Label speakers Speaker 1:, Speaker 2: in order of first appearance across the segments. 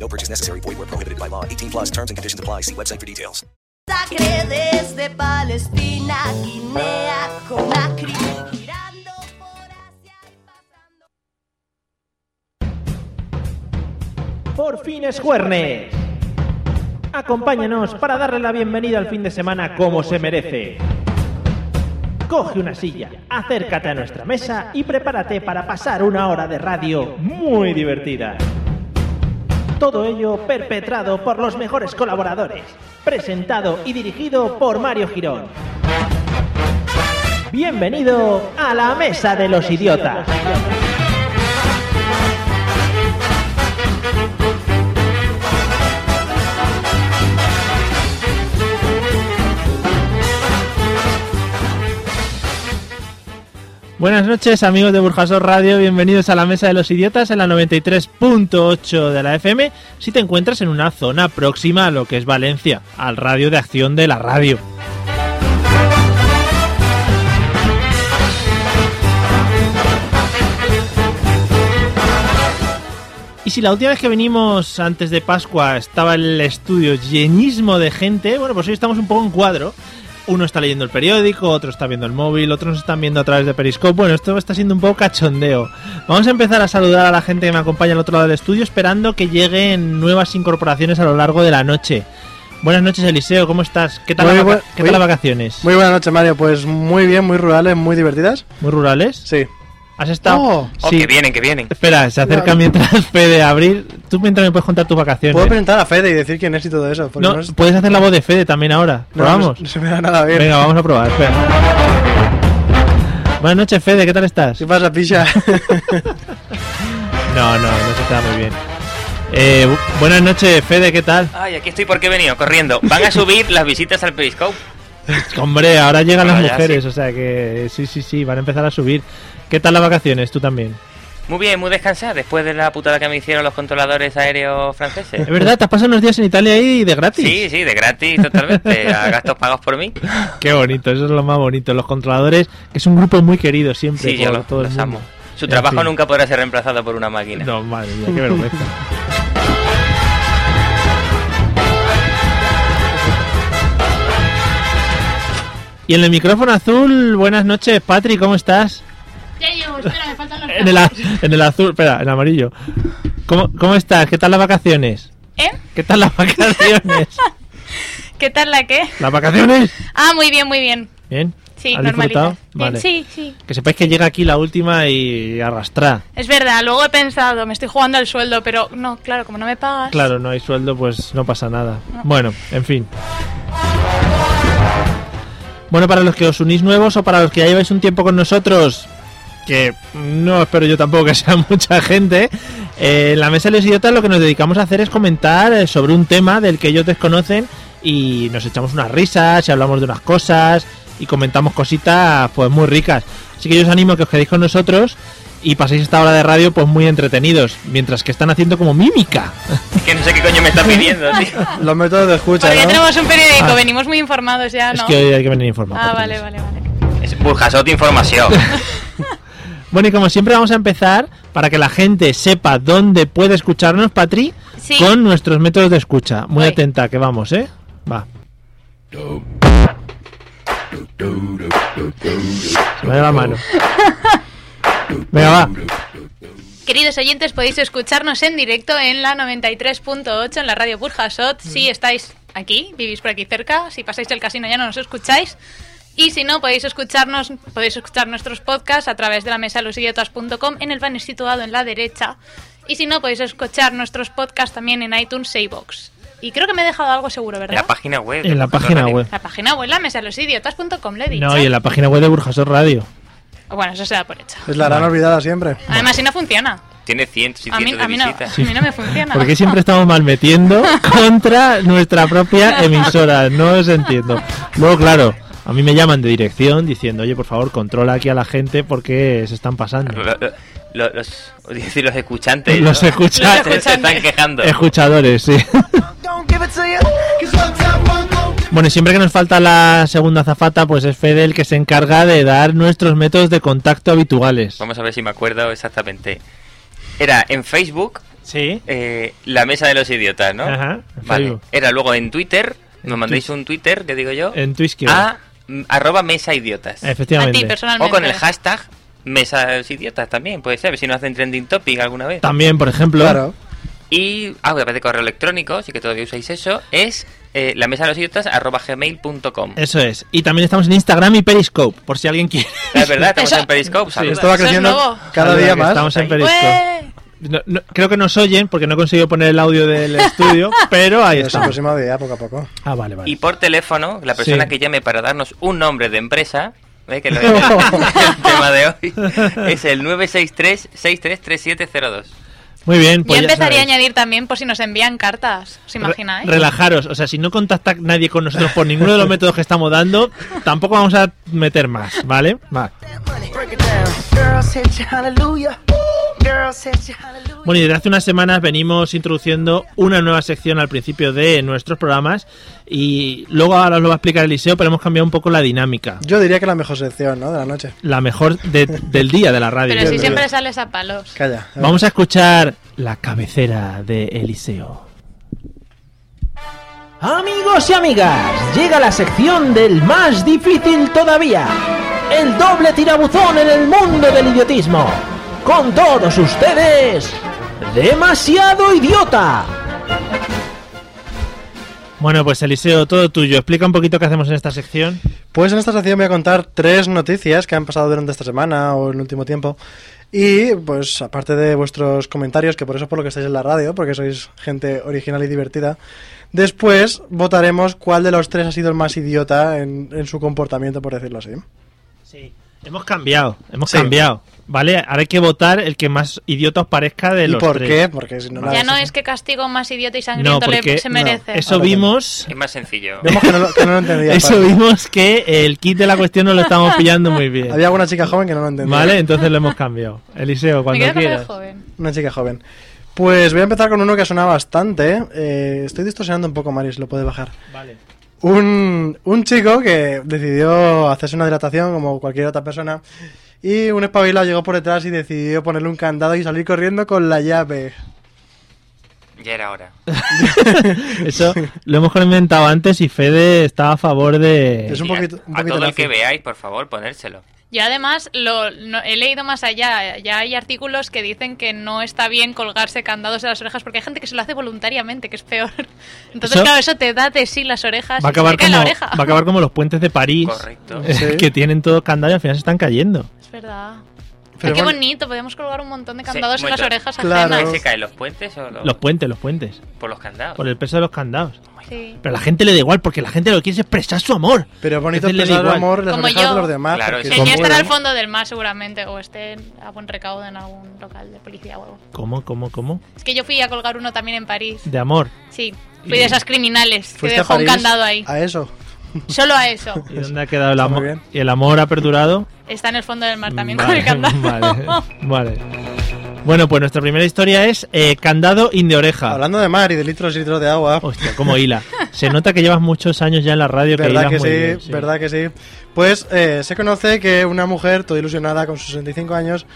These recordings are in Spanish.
Speaker 1: No purchase necessary. Void where prohibited by law. 18 plus terms and conditions apply. See website for details.
Speaker 2: Sacre desde Palestina, Guinea, Conakry, girando por Asia y pasando.
Speaker 3: Por fin es jueves. Acompáñanos para darle la bienvenida al fin de semana como se merece. Coge una silla, acércate a nuestra mesa y prepárate para pasar una hora de radio muy divertida. Todo ello perpetrado por los mejores colaboradores, presentado y dirigido por Mario Girón. Bienvenido a la mesa de los idiotas.
Speaker 4: Buenas noches amigos de Burjasot Radio, bienvenidos a la Mesa de los Idiotas en la 93.8 de la FM si te encuentras en una zona próxima a lo que es Valencia, al radio de acción de la radio. Y si la última vez que venimos antes de Pascua estaba el estudio llenísimo de gente, bueno pues hoy estamos un poco en cuadro uno está leyendo el periódico, otro está viendo el móvil, otros nos están viendo a través de Periscope. Bueno, esto está siendo un poco cachondeo. Vamos a empezar a saludar a la gente que me acompaña al otro lado del estudio, esperando que lleguen nuevas incorporaciones a lo largo de la noche. Buenas noches, Eliseo, ¿cómo estás? ¿Qué tal,
Speaker 5: Muy
Speaker 4: la vaca-
Speaker 5: buen-
Speaker 4: ¿qué tal
Speaker 5: muy-
Speaker 4: las vacaciones? Muy,
Speaker 5: Muy buenas noches, Mario. Pues muy bien, muy rurales, muy divertidas.
Speaker 4: rurales?
Speaker 5: Sí.
Speaker 4: ¿Has estado?
Speaker 5: Oh.
Speaker 6: Oh,
Speaker 4: Sí.
Speaker 6: que vienen, que vienen.
Speaker 4: Espera, se acerca
Speaker 5: No.
Speaker 4: mientras Fede a abrir. Tú mientras me puedes contar tus vacaciones.
Speaker 5: Puedo presentar a Fede y decir quién es y todo eso. Porque
Speaker 4: no,
Speaker 5: es-
Speaker 4: puedes hacer la voz de Fede también ahora.
Speaker 5: no,
Speaker 4: Probamos.
Speaker 5: no se me da nada bien.
Speaker 4: Venga, vamos a probar. Espera. Buenas noches, Fede, ¿qué tal estás?
Speaker 5: ¿Qué pasa, picha?
Speaker 4: No, no, no se está muy bien. Eh, bu- buenas noches, Fede, ¿qué tal?
Speaker 6: Ay, aquí estoy porque he venido, corriendo. Van a subir las visitas al Periscope.
Speaker 4: Hombre, ahora llegan
Speaker 6: Bueno,
Speaker 4: las
Speaker 6: ya
Speaker 4: mujeres, o sea que sí, sí, sí, van a empezar a subir. ¿Qué tal las vacaciones? Tú también.
Speaker 6: Muy bien, muy descansada después de la putada que me hicieron los controladores aéreos franceses.
Speaker 4: Es verdad, te has pasado unos días en Italia ahí de gratis.
Speaker 6: Sí, sí, de gratis totalmente, a gastos pagos por mí.
Speaker 4: Qué bonito, eso es lo más bonito. Los controladores, que es un grupo muy querido siempre
Speaker 6: Sí,
Speaker 4: por
Speaker 6: yo los,
Speaker 4: todo el
Speaker 6: los
Speaker 4: mundo.
Speaker 6: amo. Su
Speaker 4: En
Speaker 6: trabajo
Speaker 4: fin.
Speaker 6: nunca podrá ser reemplazado por una máquina.
Speaker 4: No, madre mía, qué vergüenza. Y en el micrófono azul, buenas noches, Patri, ¿cómo estás? En el, a- en el azul, espera, en amarillo. ¿Cómo, ¿Cómo estás? ¿Qué tal las vacaciones?
Speaker 7: ¿Eh?
Speaker 4: ¿Qué tal las vacaciones?
Speaker 7: ¿Qué tal la qué?
Speaker 4: ¿Las vacaciones?
Speaker 7: Ah, muy bien, muy bien.
Speaker 4: ¿Bien?
Speaker 7: Sí,
Speaker 4: ¿Has
Speaker 7: normalita.
Speaker 4: disfrutado?
Speaker 7: Bien,
Speaker 4: Vale.
Speaker 7: Sí, sí.
Speaker 4: Que sepáis que llega aquí la última y arrastrar.
Speaker 7: Es verdad, luego he pensado, me estoy jugando al sueldo, pero no, claro, como no me pagas.
Speaker 4: Claro, no hay sueldo, pues no pasa nada. Bueno, en fin. Bueno, para los que os unís nuevos o para los que ya lleváis un tiempo con nosotros, que no espero yo tampoco que sea mucha gente, eh, en la mesa de los idiotas lo que nos dedicamos a hacer es comentar eh, sobre un tema del que ellos desconocen y nos echamos unas risas y hablamos de unas cosas y comentamos cositas pues muy ricas. Así que yo os animo a que os quedéis con nosotros y paséis esta hora de radio pues muy entretenidos, mientras que están haciendo como mímica.
Speaker 6: Es que no sé qué coño me está pidiendo, tío.
Speaker 5: Los métodos de escucha,
Speaker 7: Porque ya
Speaker 5: ¿no?
Speaker 7: tenemos un periódico,
Speaker 4: Ah.
Speaker 7: venimos muy informados ya,
Speaker 4: Es
Speaker 7: ¿no?
Speaker 4: que hoy hay que venir informado.
Speaker 7: Ah,
Speaker 4: por
Speaker 7: vale,
Speaker 4: Dios.
Speaker 7: vale, vale.
Speaker 6: Es Burjasot Información.
Speaker 4: Bueno, y como siempre vamos a empezar para que la gente sepa dónde puede escucharnos, Patri,
Speaker 7: Sí.
Speaker 4: con nuestros métodos de escucha. Muy
Speaker 7: Voy.
Speaker 4: atenta, que vamos, ¿eh? Va. Se me da la mano. Venga, va.
Speaker 7: Queridos oyentes, podéis escucharnos en directo en la 93.8 en la radio Burjasot. Si estáis aquí, vivís por aquí cerca, si pasáis el casino ya no nos escucháis. Y si no, podéis escucharnos, podéis escuchar nuestros podcasts a través de la mesa losidiotas.com en el banner situado en la derecha. Y si no, podéis escuchar nuestros podcasts también en iTunes e iVoox. Y creo que me he dejado algo seguro,
Speaker 6: En
Speaker 7: ¿verdad?
Speaker 6: la página web. de
Speaker 4: En la
Speaker 6: Burjasot
Speaker 4: página
Speaker 6: Radio.
Speaker 4: web.
Speaker 7: La página web, la mesa losidiotas.com, le he dicho.
Speaker 4: No, y en la página web de Burjasot Radio.
Speaker 7: Bueno, eso se da por hecho.
Speaker 5: Pues la harán olvidada siempre.
Speaker 7: Además, si no funciona.
Speaker 6: Tiene cientos y
Speaker 7: A mí,
Speaker 6: cientos de
Speaker 7: a mí no,
Speaker 6: visitas.
Speaker 7: a mí no me funciona.
Speaker 4: Porque siempre estamos malmetiendo contra nuestra propia emisora, no os entiendo. Luego, claro, a mí me llaman de dirección diciendo, oye, por favor, controla aquí a la gente porque se están pasando.
Speaker 6: Lo- lo- lo- los, os iba a decir, los escuchantes.
Speaker 4: Los
Speaker 6: ¿no?
Speaker 4: escuchantes.
Speaker 6: Se- Se están quejando.
Speaker 4: Escuchadores, sí. Bueno, y siempre que nos falta la segunda zafata, pues es Fede el que se encarga de dar nuestros métodos de contacto habituales.
Speaker 6: Vamos a ver si me acuerdo exactamente. Era en Facebook,
Speaker 4: Sí.
Speaker 6: eh, la mesa de los idiotas, ¿no?
Speaker 4: Ajá,
Speaker 6: Vale.
Speaker 4: en Facebook.
Speaker 6: Era luego en Twitter,
Speaker 4: En
Speaker 6: nos mandáis un Twitter, que digo yo,
Speaker 4: En Twitch.
Speaker 6: a mm, arroba mesa idiotas.
Speaker 7: A ti
Speaker 4: Efectivamente.
Speaker 7: personalmente.
Speaker 6: O con el hashtag mesa de los idiotas también, puede ser, si nos hacen trending topic alguna vez.
Speaker 4: También, por ejemplo.
Speaker 5: Claro.
Speaker 6: Y, ah, aparte de correo electrónico, sí que todavía usáis eso, es eh, la mesa de los idiotas arroba gmail.com.
Speaker 4: Eso es. Y también estamos en Instagram y Periscope, por si alguien quiere.
Speaker 6: Es verdad, estamos
Speaker 7: Eso-
Speaker 6: en Periscope, ¿sabes?
Speaker 5: Esto va
Speaker 7: Eso es
Speaker 5: creciendo
Speaker 7: nuevo.
Speaker 5: cada día
Speaker 4: Que
Speaker 5: más.
Speaker 4: Estamos en Periscope.
Speaker 7: Ué.
Speaker 4: No- no- creo que nos oyen porque no he conseguido poner el audio del estudio, pero ahí
Speaker 5: Es
Speaker 4: está.
Speaker 5: aproximado de poco a poco.
Speaker 4: Ah, vale, vale.
Speaker 6: Y por teléfono, la persona
Speaker 4: Sí.
Speaker 6: que llame para darnos un nombre de empresa, ¿eh? que lo es el tema de hoy, es el 963-633702.
Speaker 4: Muy bien,
Speaker 7: Yo
Speaker 4: pues ya
Speaker 7: empezaría a
Speaker 4: sabéis.
Speaker 7: añadir también por si nos envían cartas, ¿os imagináis?
Speaker 4: Re- relajaros, o sea, si no contacta nadie con nosotros por ninguno de los métodos que estamos dando, tampoco vamos a meter más, ¿vale? Va. Bueno, y desde hace unas semanas venimos introduciendo una nueva sección al principio de nuestros programas y luego ahora os lo va a explicar Eliseo, pero hemos cambiado un poco la dinámica.
Speaker 5: Yo diría que la mejor sección, ¿no? De la noche.
Speaker 4: La mejor de- del día de la radio.
Speaker 7: Pero
Speaker 4: yo
Speaker 7: si
Speaker 4: creo.
Speaker 7: siempre sales a palos.
Speaker 5: Calla.
Speaker 4: Vamos a escuchar la cabecera de Eliseo.
Speaker 3: Amigos y amigas, llega la sección del más difícil todavía. El doble tirabuzón en el mundo del idiotismo. Con todos ustedes, demasiado idiota.
Speaker 4: Bueno, pues Eliseo, todo tuyo. Explica un poquito qué hacemos en esta sección.
Speaker 5: Pues en esta sección voy a contar tres noticias que han pasado durante esta semana o en el último tiempo. Y pues aparte de vuestros comentarios, que por eso es por lo que estáis en la radio, porque sois gente original y divertida, después votaremos cuál de los tres ha sido el más idiota en, en su comportamiento, por decirlo así.
Speaker 4: Sí. Hemos cambiado, hemos
Speaker 5: Sí.
Speaker 4: cambiado. ¿Vale? Ahora hay que votar el que más idiota os parezca de
Speaker 5: ¿Y
Speaker 4: los
Speaker 5: por
Speaker 4: tres.
Speaker 5: qué? Porque si no la-
Speaker 7: Ya no es que castigo más idiota y
Speaker 4: No,
Speaker 7: sangriento
Speaker 4: porque
Speaker 7: le, se merece.
Speaker 4: eso
Speaker 5: Ahora
Speaker 4: vimos.
Speaker 6: Es más sencillo.
Speaker 5: Vemos que no, lo- que no lo entendía.
Speaker 4: Eso
Speaker 5: Pablo.
Speaker 4: vimos que el kit de la cuestión no lo estamos pillando muy bien.
Speaker 5: Había alguna chica joven que no lo entendía.
Speaker 4: ¿Vale? Entonces lo hemos cambiado. Eliseo,
Speaker 7: Me
Speaker 4: cuando
Speaker 7: quedo con lo de
Speaker 4: quieras.
Speaker 7: joven.
Speaker 5: Una chica joven. Pues voy a empezar con uno que ha sonado bastante. Eh, estoy distorsionando un poco, Maris, lo puedes bajar.
Speaker 4: Vale.
Speaker 5: un, un chico que decidió hacerse una dilatación como cualquier otra persona y un espabilado llegó por detrás y decidió ponerle un candado y salir corriendo con la llave.
Speaker 6: Ya era hora.
Speaker 4: Eso lo hemos comentado antes y Fede está a favor de.
Speaker 5: Es un
Speaker 6: Y a-
Speaker 5: poquito- un
Speaker 6: a,
Speaker 5: poquito
Speaker 6: todo el
Speaker 5: lazo.
Speaker 6: que veáis, por favor, ponérselo.
Speaker 7: Yo además lo, no- he leído más allá. Ya hay artículos que dicen que no está bien colgarse candados de las orejas porque hay gente que se lo hace voluntariamente, que es peor. Entonces,
Speaker 4: Eso-
Speaker 7: claro, eso te da de Ah, sí las orejas.
Speaker 4: va a
Speaker 7: y se te
Speaker 4: acabar
Speaker 7: cae
Speaker 4: como
Speaker 7: la
Speaker 4: va
Speaker 7: oreja.
Speaker 4: a acabar como los puentes de París
Speaker 6: Correcto.
Speaker 4: eh,
Speaker 5: Sí.
Speaker 4: que tienen todo candado y al final se están cayendo
Speaker 7: Es verdad.
Speaker 5: Pero
Speaker 7: Ay, qué
Speaker 5: bueno,
Speaker 7: bonito, podemos colgar un montón de
Speaker 6: Sí,
Speaker 7: candados en
Speaker 6: bueno,
Speaker 7: las orejas
Speaker 5: claro.
Speaker 6: ¿Qué
Speaker 7: ajenas.
Speaker 6: se caen los puentes o los,
Speaker 4: los puentes los puentes
Speaker 6: por los candados?
Speaker 4: por el peso de los candados
Speaker 7: Sí.
Speaker 4: pero a la gente le da igual porque la gente lo que quiere es expresar su amor
Speaker 5: Pero bonito
Speaker 4: Decirle
Speaker 5: expresar el
Speaker 4: igual.
Speaker 5: amor en las
Speaker 7: Como
Speaker 5: orejas
Speaker 7: yo.
Speaker 5: de los demás.
Speaker 6: Claro,
Speaker 5: porque
Speaker 6: sí.
Speaker 7: El
Speaker 5: son
Speaker 7: día
Speaker 5: muy
Speaker 7: estará al
Speaker 5: buenos.
Speaker 7: fondo del mar seguramente o esté a buen recaudo en algún local de policía o algo.
Speaker 4: cómo cómo cómo
Speaker 7: Es que yo fui a colgar uno también en París.
Speaker 4: de amor
Speaker 7: Sí, fui de esas criminales que
Speaker 5: Fuiste a
Speaker 7: dejó un
Speaker 5: París Ah.
Speaker 7: candado ahí.
Speaker 5: A eso.
Speaker 7: Solo a eso.
Speaker 4: y dónde ha quedado el
Speaker 5: Está muy
Speaker 4: amor
Speaker 5: bien.
Speaker 4: y el amor ha perdurado
Speaker 7: Está en el fondo del mar también con
Speaker 4: Vale,
Speaker 7: el candado.
Speaker 4: vale, vale. bueno pues nuestra primera historia es eh, candado in de oreja
Speaker 5: Hablando de mar y de litros y litros de agua.
Speaker 4: Hostia, como hila se nota que llevas muchos años ya en la radio que
Speaker 5: ¿Verdad
Speaker 4: hilas
Speaker 5: que
Speaker 4: muy
Speaker 5: sí?
Speaker 4: bien, sí.
Speaker 5: ¿Verdad que sí? Pues eh, se conoce que una mujer, toda ilusionada con sus 65 años,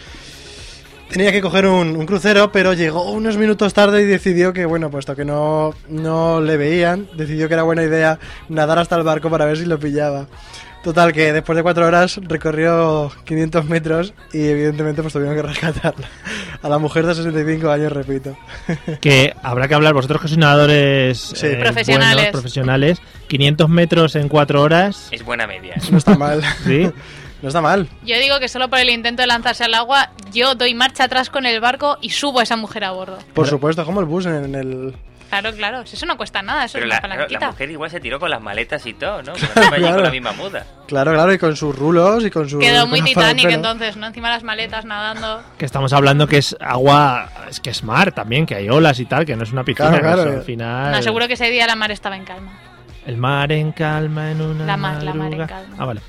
Speaker 5: tenía que coger un, un crucero, pero llegó unos minutos tarde y decidió que, bueno, puesto que no, no le veían, decidió que era buena idea nadar hasta el barco para ver si lo pillaba. Total, que después de cuatro horas recorrió 500 metros y evidentemente pues tuvieron que rescatarla. A la mujer de 65 años, repito.
Speaker 4: que habrá que hablar vosotros que sois nadadores eh,
Speaker 5: Sí.
Speaker 7: Profesionales.
Speaker 4: buenos, profesionales 500 metros en 4 horas
Speaker 6: Es buena media.
Speaker 5: No está mal.
Speaker 4: sí
Speaker 5: No está mal.
Speaker 7: Yo digo que solo por el intento de lanzarse al agua, yo doy marcha atrás con el barco y subo a esa mujer a bordo.
Speaker 5: Por supuesto, como el bus en el...
Speaker 7: Claro, claro. Si Eso no cuesta nada, eso
Speaker 6: Pero
Speaker 7: es una
Speaker 6: la, claro,
Speaker 7: palanquita.
Speaker 6: la mujer igual se tiró con las maletas y todo, ¿no? Porque no se va a ir
Speaker 5: Claro.
Speaker 6: con la misma muda.
Speaker 5: Claro, claro, y con sus rulos y con sus.
Speaker 7: Quedó muy
Speaker 5: cosas para el
Speaker 7: Titanic
Speaker 5: pelo.
Speaker 7: entonces, ¿no? Encima las maletas nadando.
Speaker 4: Que estamos hablando que es agua, es que es mar también, que hay olas y tal, que no es una piscina.
Speaker 5: Claro, claro. eh.
Speaker 4: que eso al final.
Speaker 7: No, seguro que ese día la mar estaba en calma.
Speaker 4: El mar en calma en una.
Speaker 7: La mar, la mar en
Speaker 4: madruga-
Speaker 7: calma.
Speaker 4: Ah, vale.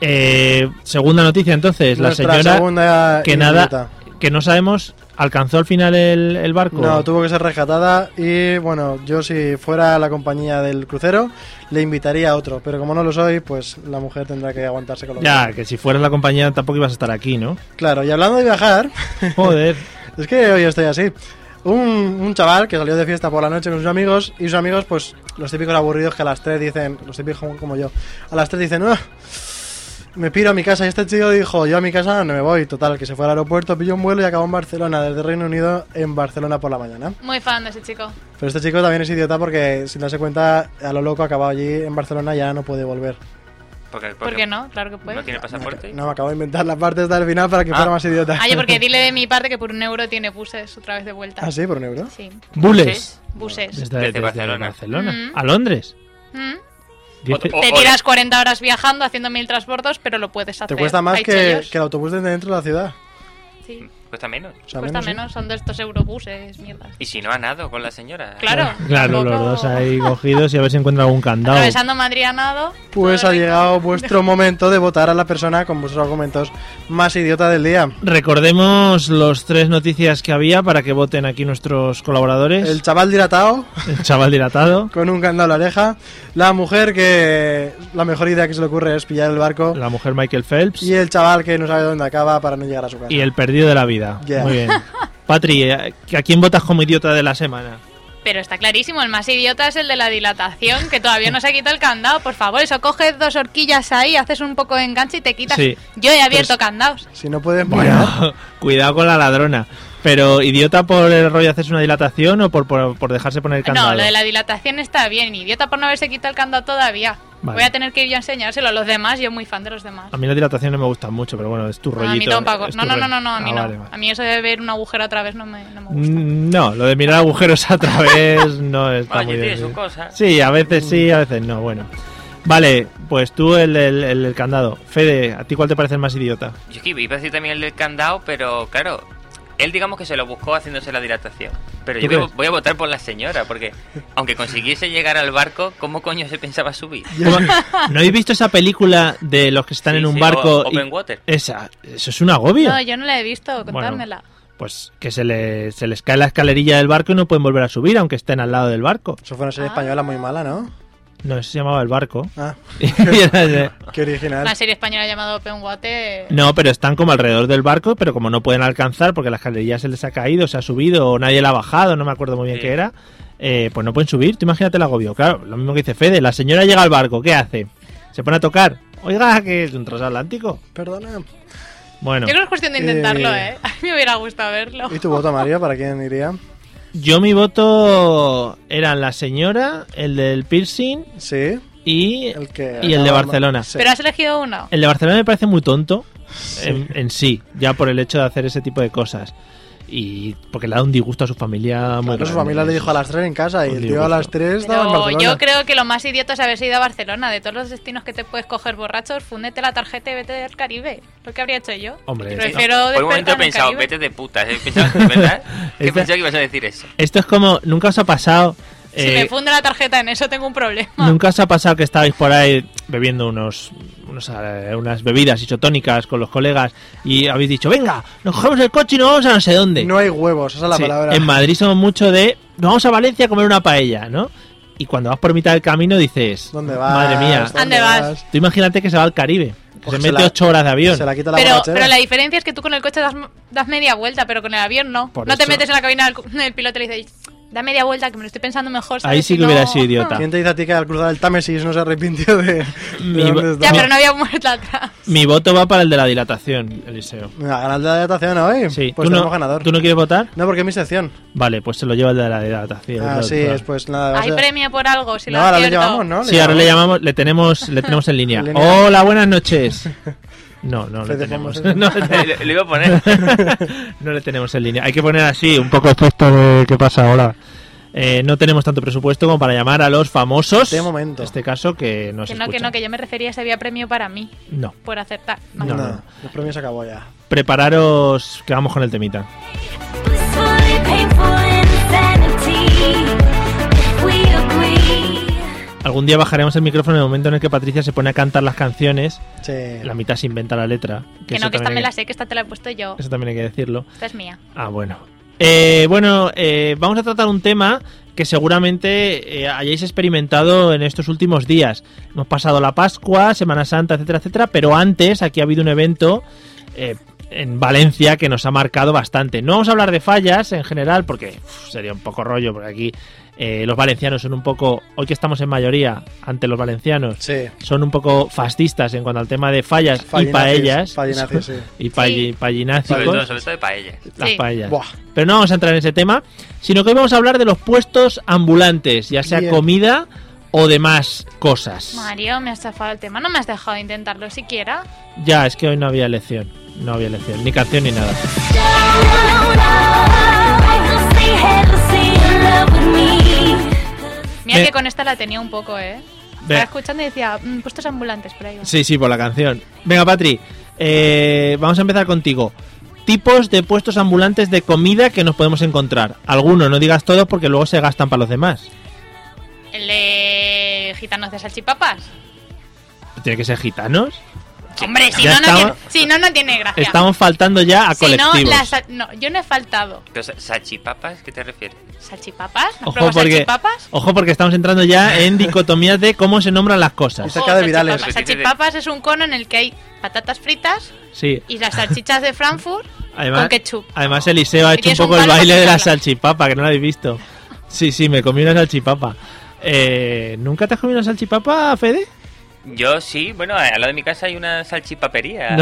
Speaker 4: Eh, segunda noticia entonces, la
Speaker 5: Nuestra
Speaker 4: señora
Speaker 5: segunda
Speaker 4: que
Speaker 5: indignita.
Speaker 4: nada, que no sabemos, alcanzó al final el, el barco.
Speaker 5: No, tuvo que ser rescatada y bueno, yo si fuera la compañía del crucero le invitaría a otro, pero como no lo soy, pues la mujer tendrá que aguantarse con los
Speaker 4: Ya, que si fueras la compañía tampoco ibas a estar aquí, ¿no?
Speaker 5: Claro, y hablando de viajar,
Speaker 4: Joder.
Speaker 5: es que hoy estoy así. Un, un chaval que salió de fiesta por la noche con sus amigos y sus amigos, pues los típicos aburridos que a las 3 dicen, los típicos como, como yo, a las 3 dicen, "Ah, me piro a mi casa y este chico dijo, yo a mi casa no me voy, total, que se fue al aeropuerto, pilló un vuelo y acabó en Barcelona, desde Reino Unido, en Barcelona por la mañana.
Speaker 7: Muy fan de ese chico.
Speaker 5: Pero este chico también es idiota porque, sin darse cuenta, a lo loco ha acabado allí en Barcelona ya no puede volver.
Speaker 6: Porque, porque
Speaker 7: ¿Por qué no? Claro que
Speaker 6: ¿No
Speaker 7: puede.
Speaker 6: tiene pasaporte?
Speaker 5: No, me acabo de inventar las partes del final para que fuera más idiota.
Speaker 7: Ah, yo porque dile de mi parte que por un euro tiene buses otra vez de vuelta.
Speaker 5: ¿Ah, sí? ¿Por un euro?
Speaker 7: Sí,
Speaker 4: Bules.
Speaker 7: buses.
Speaker 4: Desde,
Speaker 6: Desde
Speaker 4: desde Barcelona.
Speaker 6: Barcelona.
Speaker 7: Mm.
Speaker 4: A Londres.
Speaker 7: Mm.
Speaker 4: Dice-
Speaker 6: O-
Speaker 7: Te
Speaker 6: o-
Speaker 7: tiras 40 horas viajando, haciendo mil transbordos, pero lo puedes hacer.
Speaker 5: Te cuesta más
Speaker 7: Hay
Speaker 5: que,
Speaker 7: chollos.
Speaker 5: que el autobús desde dentro de la ciudad.
Speaker 7: Sí,
Speaker 6: Cuesta menos.
Speaker 5: O sea,
Speaker 7: cuesta
Speaker 5: menos, ¿eh?
Speaker 7: menos, son de estos eurobuses, mierda.
Speaker 6: Y si no ha nado con la señora.
Speaker 7: Claro.
Speaker 4: Claro, los
Speaker 7: tampoco-
Speaker 4: dos ahí cogidos y a ver si encuentra algún candado.
Speaker 7: Atravesando Madrid a nado.
Speaker 5: Pues
Speaker 7: todo
Speaker 5: ha
Speaker 7: rico.
Speaker 5: llegado vuestro momento de votar a la persona con vuestros argumentos más idiota del día.
Speaker 4: Recordemos los tres noticias que había para que voten aquí nuestros colaboradores.
Speaker 5: El chaval dilatado,
Speaker 4: El chaval dilatado.
Speaker 5: con un candado a la oreja. La mujer que la mejor idea que se le ocurre es pillar el barco.
Speaker 4: La mujer Michael Phelps.
Speaker 5: Y el chaval que no sabe dónde acaba para no llegar a su casa.
Speaker 4: Y el perdido de la vida.
Speaker 5: Yeah.
Speaker 4: Muy bien. Patri, ¿a a quién votas como idiota de la semana?
Speaker 7: Pero está clarísimo, el más idiota es el de la dilatación, que todavía no se ha quitado el candado. Por favor, eso coges dos horquillas ahí, haces un poco de enganche y te quitas.
Speaker 4: Sí.
Speaker 7: Yo he abierto
Speaker 5: Pues
Speaker 7: candados.
Speaker 5: Si no puedes mirar,
Speaker 4: Cuidado con la ladrona. Pero, ¿idiota por el rollo de hacerse una dilatación o por, por, por dejarse poner el candado?
Speaker 7: No, lo de la dilatación está bien, idiota por no haberse quitado el candado todavía.
Speaker 4: Vale.
Speaker 7: Voy a tener que ir yo a enseñárselo a los demás, yo muy fan de los demás.
Speaker 4: A mí las dilataciones no me gustan mucho, pero bueno, es tu
Speaker 7: No,
Speaker 4: rollito.
Speaker 7: a mí tampoco.
Speaker 4: es tu
Speaker 7: No, no, no,
Speaker 4: rollo.
Speaker 7: no, no, a mí
Speaker 4: Ah,
Speaker 7: no.
Speaker 4: vale, vale.
Speaker 7: A mí eso de ver un agujero a través no me, no me gusta.
Speaker 4: Mm, No, lo de mirar agujeros a través no está
Speaker 6: Oye,
Speaker 4: muy
Speaker 6: tiene
Speaker 4: bien.
Speaker 6: su cosa.
Speaker 4: Sí, a veces sí, a veces no, bueno. Vale, pues tú el, el, el- el candado. Fede, ¿a ti cuál te parece el más idiota?
Speaker 6: Yo es que iba a decir también el del candado, pero claro, él digamos que se lo buscó haciéndose la dilatación. Pero
Speaker 4: ¿Tú
Speaker 6: yo voy,
Speaker 4: crees?
Speaker 6: a- voy a votar por la señora, porque aunque consiguiese llegar al barco, ¿cómo coño se pensaba subir?
Speaker 4: ¿No habéis visto esa película de los que están
Speaker 6: Sí,
Speaker 4: en un
Speaker 6: sí,
Speaker 4: barco?
Speaker 6: o-
Speaker 4: y-
Speaker 6: Open water.
Speaker 4: Esa, eso es un agobio.
Speaker 7: No, yo no la he visto,
Speaker 4: Bueno.
Speaker 7: contádmela.
Speaker 4: Pues que se, le- se les cae la escalerilla del barco y no pueden volver a subir, aunque estén al lado del barco.
Speaker 5: eso fue una serie española muy mala, ¿no?
Speaker 4: No, eso se llamaba el barco.
Speaker 5: Ah,
Speaker 4: Y era de-
Speaker 5: qué original.
Speaker 7: Una serie española llamada Open Water.
Speaker 4: no, pero están como alrededor del barco, pero como no pueden alcanzar porque la escalerilla se les ha caído, se ha subido, o nadie la ha bajado, no me acuerdo muy bien
Speaker 6: Sí.
Speaker 4: qué era, eh, pues no pueden subir. Tú imagínate el agobio. Claro, lo mismo que dice Fede, la señora llega al barco, ¿qué hace? Se pone a tocar. Oiga, que es un transatlántico.
Speaker 5: Perdona.
Speaker 4: Bueno,
Speaker 7: Yo creo que es cuestión de intentarlo,
Speaker 5: Eh.
Speaker 7: ¿eh? A mí me hubiera gustado verlo.
Speaker 4: eh,
Speaker 5: ¿Y tu voto, Mario? ¿Para quién iría?
Speaker 4: yo mi voto eran la señora, el del piercing
Speaker 5: Sí,
Speaker 4: y
Speaker 5: el que.
Speaker 4: Y el de
Speaker 5: acaba-
Speaker 4: Barcelona.
Speaker 5: Sí.
Speaker 7: Pero has elegido uno.
Speaker 4: El de Barcelona me parece muy tonto en, en sí, ya por el hecho de hacer ese tipo de cosas. Y porque le da un disgusto a su familia muy
Speaker 5: Claro, su
Speaker 4: grande.
Speaker 5: familia le dijo a las 3 en casa y
Speaker 4: Un
Speaker 5: el tío a las
Speaker 4: disgusto.
Speaker 5: 3 estaba en
Speaker 7: Pero
Speaker 5: Barcelona.
Speaker 7: yo creo que lo más idiota es haberse ido a Barcelona. De todos los destinos que te puedes coger borrachos, fúndete la tarjeta y vete del Caribe. Lo que habría hecho yo.
Speaker 4: Hombre,
Speaker 7: Prefiero
Speaker 6: Por un momento
Speaker 7: despertar
Speaker 6: he
Speaker 7: en el
Speaker 6: pensado,
Speaker 7: Caribe.
Speaker 6: vete de puta. He pensado, ¿verdad?
Speaker 4: Esta-
Speaker 6: He pensado que ibas a decir eso.
Speaker 4: Esto es como, nunca os ha pasado...
Speaker 7: Si
Speaker 4: eh,
Speaker 7: me funde la tarjeta en eso, tengo un problema.
Speaker 4: Nunca os ha pasado que estabais por ahí bebiendo unos, unos, eh, unas bebidas isotónicas con los colegas y habéis dicho, venga, nos cogemos el coche y nos vamos a no sé dónde.
Speaker 5: No hay huevos, esa es la
Speaker 4: Sí,
Speaker 5: palabra.
Speaker 4: En Madrid somos mucho de, "Nos vamos a Valencia a comer una paella, ¿no? Y cuando vas por mitad del camino dices,
Speaker 5: ¿Dónde vas?
Speaker 4: madre mía,
Speaker 7: ¿Dónde vas?
Speaker 4: Tú imagínate que se va al Caribe. que
Speaker 5: Porque
Speaker 4: se
Speaker 5: Pues se
Speaker 4: mete
Speaker 5: la-
Speaker 4: ocho horas de avión.
Speaker 5: Se la quita la ¿eh?
Speaker 7: Pero,
Speaker 5: borrachera.
Speaker 7: pero la diferencia es que tú con el coche das, das media vuelta, pero con el avión no.
Speaker 4: Por
Speaker 7: no te
Speaker 4: eso.
Speaker 7: metes en la cabina del, cu- del piloto y le dices, da media vuelta, que me lo estoy pensando mejor. ¿sabes?
Speaker 4: Ahí sí
Speaker 7: Si
Speaker 4: que
Speaker 7: no-
Speaker 4: hubiera sido idiota.
Speaker 5: ¿Quién te dice a ti que al cruzar el Támesis no se arrepintió de, de
Speaker 4: Mi
Speaker 5: dónde
Speaker 4: bo-
Speaker 7: Ya,
Speaker 5: estaba?
Speaker 7: pero no había muerto atrás.
Speaker 4: Mi voto va para el de la dilatación, Eliseo.
Speaker 5: Venga, ganar la datación hoy.
Speaker 4: Sí,
Speaker 5: Pues
Speaker 4: ¿Tú,
Speaker 5: tenemos
Speaker 4: no,
Speaker 5: ganador.
Speaker 4: ¿Tú no quieres votar?
Speaker 5: No, porque es mi sección.
Speaker 4: Vale, pues se lo lleva el de la dilatación.
Speaker 5: Ah,
Speaker 4: Claro,
Speaker 5: sí,
Speaker 4: claro.
Speaker 5: es pues nada. va a
Speaker 7: Hay
Speaker 5: ser-
Speaker 7: premio por algo, si
Speaker 5: no,
Speaker 7: lo
Speaker 5: ahora le
Speaker 7: acierto.
Speaker 5: llamamos, ¿no?
Speaker 4: Sí, ahora le llamamos, le tenemos, le tenemos en línea.
Speaker 5: Línea.
Speaker 4: Hola, buenas noches. No, no le
Speaker 5: Fede,
Speaker 4: tenemos.
Speaker 5: vamos.
Speaker 4: No,
Speaker 6: Lo,
Speaker 4: le-
Speaker 6: lo iba a poner.
Speaker 4: no le tenemos en línea. Hay que poner así, un poco efecto de qué pasa, hola. eh, no tenemos tanto presupuesto como para llamar a los famosos.
Speaker 5: De momento.
Speaker 4: En este caso, que no
Speaker 7: Que no, que no, que yo me refería a si había premio para mí
Speaker 4: No.
Speaker 7: por acertar.
Speaker 4: No,
Speaker 7: Vale.
Speaker 4: no,
Speaker 5: Nada,
Speaker 4: no.
Speaker 5: los premios se acabó ya.
Speaker 4: Prepararos, que vamos con el temita. Algún día bajaremos el micrófono en el momento en el que Patricia se pone a cantar las canciones.
Speaker 5: Sí.
Speaker 4: La mitad se inventa la letra.
Speaker 7: Que,
Speaker 4: eso
Speaker 7: no, que esta
Speaker 4: también
Speaker 7: me
Speaker 4: hay-
Speaker 7: la sé, que esta te la he puesto yo.
Speaker 4: Eso también hay que decirlo.
Speaker 7: Esta es mía.
Speaker 4: Ah, bueno. Eh, bueno, eh, vamos a tratar un tema que seguramente eh, hayáis experimentado en estos últimos días. Hemos pasado la Pascua, Semana Santa, etcétera, etcétera, pero antes aquí ha habido un evento eh, en Valencia que nos ha marcado bastante. No vamos a hablar de fallas en general porque uf, sería un poco rollo, porque aquí eh, los valencianos son un poco, hoy que estamos en mayoría ante los valencianos,
Speaker 5: Sí.
Speaker 4: son un poco fascistas en cuanto al tema de fallas y
Speaker 5: Fallinazis,
Speaker 4: paellas.
Speaker 5: fallinazis, sí.
Speaker 4: Y palli-
Speaker 7: Sí.
Speaker 6: Sobre
Speaker 4: pallinácicos
Speaker 6: todo, sobre todo de paellas.
Speaker 4: las
Speaker 7: Sí.
Speaker 4: paellas.
Speaker 5: Buah.
Speaker 4: Pero no vamos a entrar en ese tema, sino que hoy vamos a hablar de los puestos ambulantes, ya sea
Speaker 5: Bien.
Speaker 4: comida o demás cosas.
Speaker 7: Mario, me has chafado el tema. No me has dejado intentarlo siquiera.
Speaker 4: Ya, es que hoy no había elección. No había elección, ni canción ni nada.
Speaker 7: Mira
Speaker 4: Eh.
Speaker 7: que con esta la tenía un poco, ¿eh?
Speaker 4: Ve-
Speaker 7: Estaba escuchando y decía, "Mm, puestos ambulantes, por ahí va".
Speaker 4: Sí, sí, por la canción. Venga, Patri, eh, vamos a empezar contigo. Tipos de puestos ambulantes de comida que nos podemos encontrar. Algunos, no digas todos porque luego se gastan para los demás.
Speaker 7: El de gitanos de salchipapas.
Speaker 4: Tiene que ser gitanos.
Speaker 7: Hombre, si
Speaker 4: Ya
Speaker 7: no, no
Speaker 4: estaba-
Speaker 7: tiene, si no, no tiene gracia.
Speaker 4: Estamos faltando ya a
Speaker 7: si no,
Speaker 4: colectivos.
Speaker 7: la sal- no, yo no he faltado.
Speaker 6: Pero, sa- ¿Sachipapas? ¿Qué te refieres?
Speaker 7: ¿Salchipapas? ¿No
Speaker 4: Ojo
Speaker 7: pruebas
Speaker 4: porque,
Speaker 7: salchipapas?
Speaker 4: ojo porque estamos entrando ya en dicotomías de cómo se nombran las cosas.
Speaker 5: Saca de virales.
Speaker 7: salchipapas. Salchipapas es un cono en el que hay patatas fritas
Speaker 4: Sí.
Speaker 7: y las salchichas de Frankfurt
Speaker 4: Además,
Speaker 7: con ketchup.
Speaker 4: además Eliseo ha hecho un
Speaker 7: tienes un
Speaker 4: poco el
Speaker 7: palo
Speaker 4: baile
Speaker 7: para
Speaker 4: de la
Speaker 7: sacarla.
Speaker 4: salchipapa, que no lo habéis visto. Sí, sí, me comí una salchipapa. Eh, ¿Nunca te has comido una salchipapa, Fede?
Speaker 6: Yo sí, bueno, a- al lado de mi casa hay una salchipapería.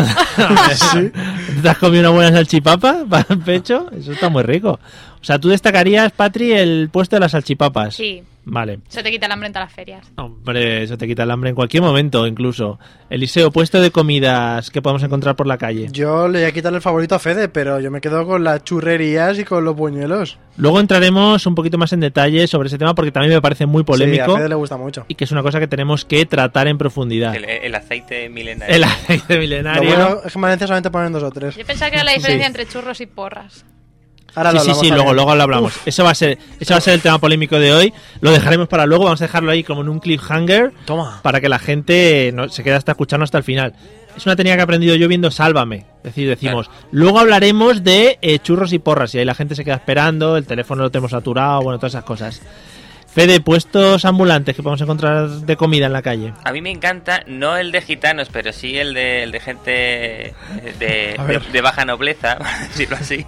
Speaker 4: ¿Te has comido una buena salchipapa para el pecho? Eso está muy rico. O sea, tú destacarías, Patri, el puesto de las salchipapas.
Speaker 7: Sí,
Speaker 4: Vale.
Speaker 7: eso te quita el hambre en todas las ferias.
Speaker 4: Hombre, eso te quita el hambre en cualquier momento, incluso. Eliseo, puesto de comidas que podemos encontrar por la calle.
Speaker 5: Yo le voy a quitar el favorito a Fede, pero yo me quedo con las churrerías y con los buñuelos.
Speaker 4: Luego entraremos un poquito más en detalle sobre ese tema porque también me parece muy
Speaker 5: Sí, a
Speaker 4: polémico
Speaker 5: Fede le gusta mucho.
Speaker 4: y que es una cosa que tenemos que tratar en profundidad.
Speaker 6: El, el aceite milenario.
Speaker 4: El aceite
Speaker 5: Lo
Speaker 4: milenario.
Speaker 5: bueno es que en Valencia solamente ponen dos o tres.
Speaker 7: Yo pensaba que era la diferencia
Speaker 4: Sí.
Speaker 7: entre churros y porras.
Speaker 5: Ahora
Speaker 4: sí,
Speaker 5: lo
Speaker 4: sí,
Speaker 5: hablamos
Speaker 4: sí,
Speaker 5: también.
Speaker 4: luego, luego lo hablamos. Eso va a ser, ese va a ser el tema polémico de hoy. Lo dejaremos para luego, vamos a dejarlo ahí como en un cliffhanger
Speaker 5: Toma.
Speaker 4: para que la gente no, se quede hasta escucharnos hasta el final. Es una técnica que he aprendido yo viendo Sálvame. Es decir, decimos,
Speaker 5: Eh.
Speaker 4: luego hablaremos de eh, churros y porras. Y ahí la gente se queda esperando, el teléfono lo tenemos saturado, bueno, todas esas cosas. Fede, puestos ambulantes que podemos encontrar de comida en la calle.
Speaker 6: A mí me encanta, no el de gitanos, pero sí el de, el de gente eh, de,
Speaker 5: A ver.
Speaker 6: de- de baja nobleza, por decirlo así.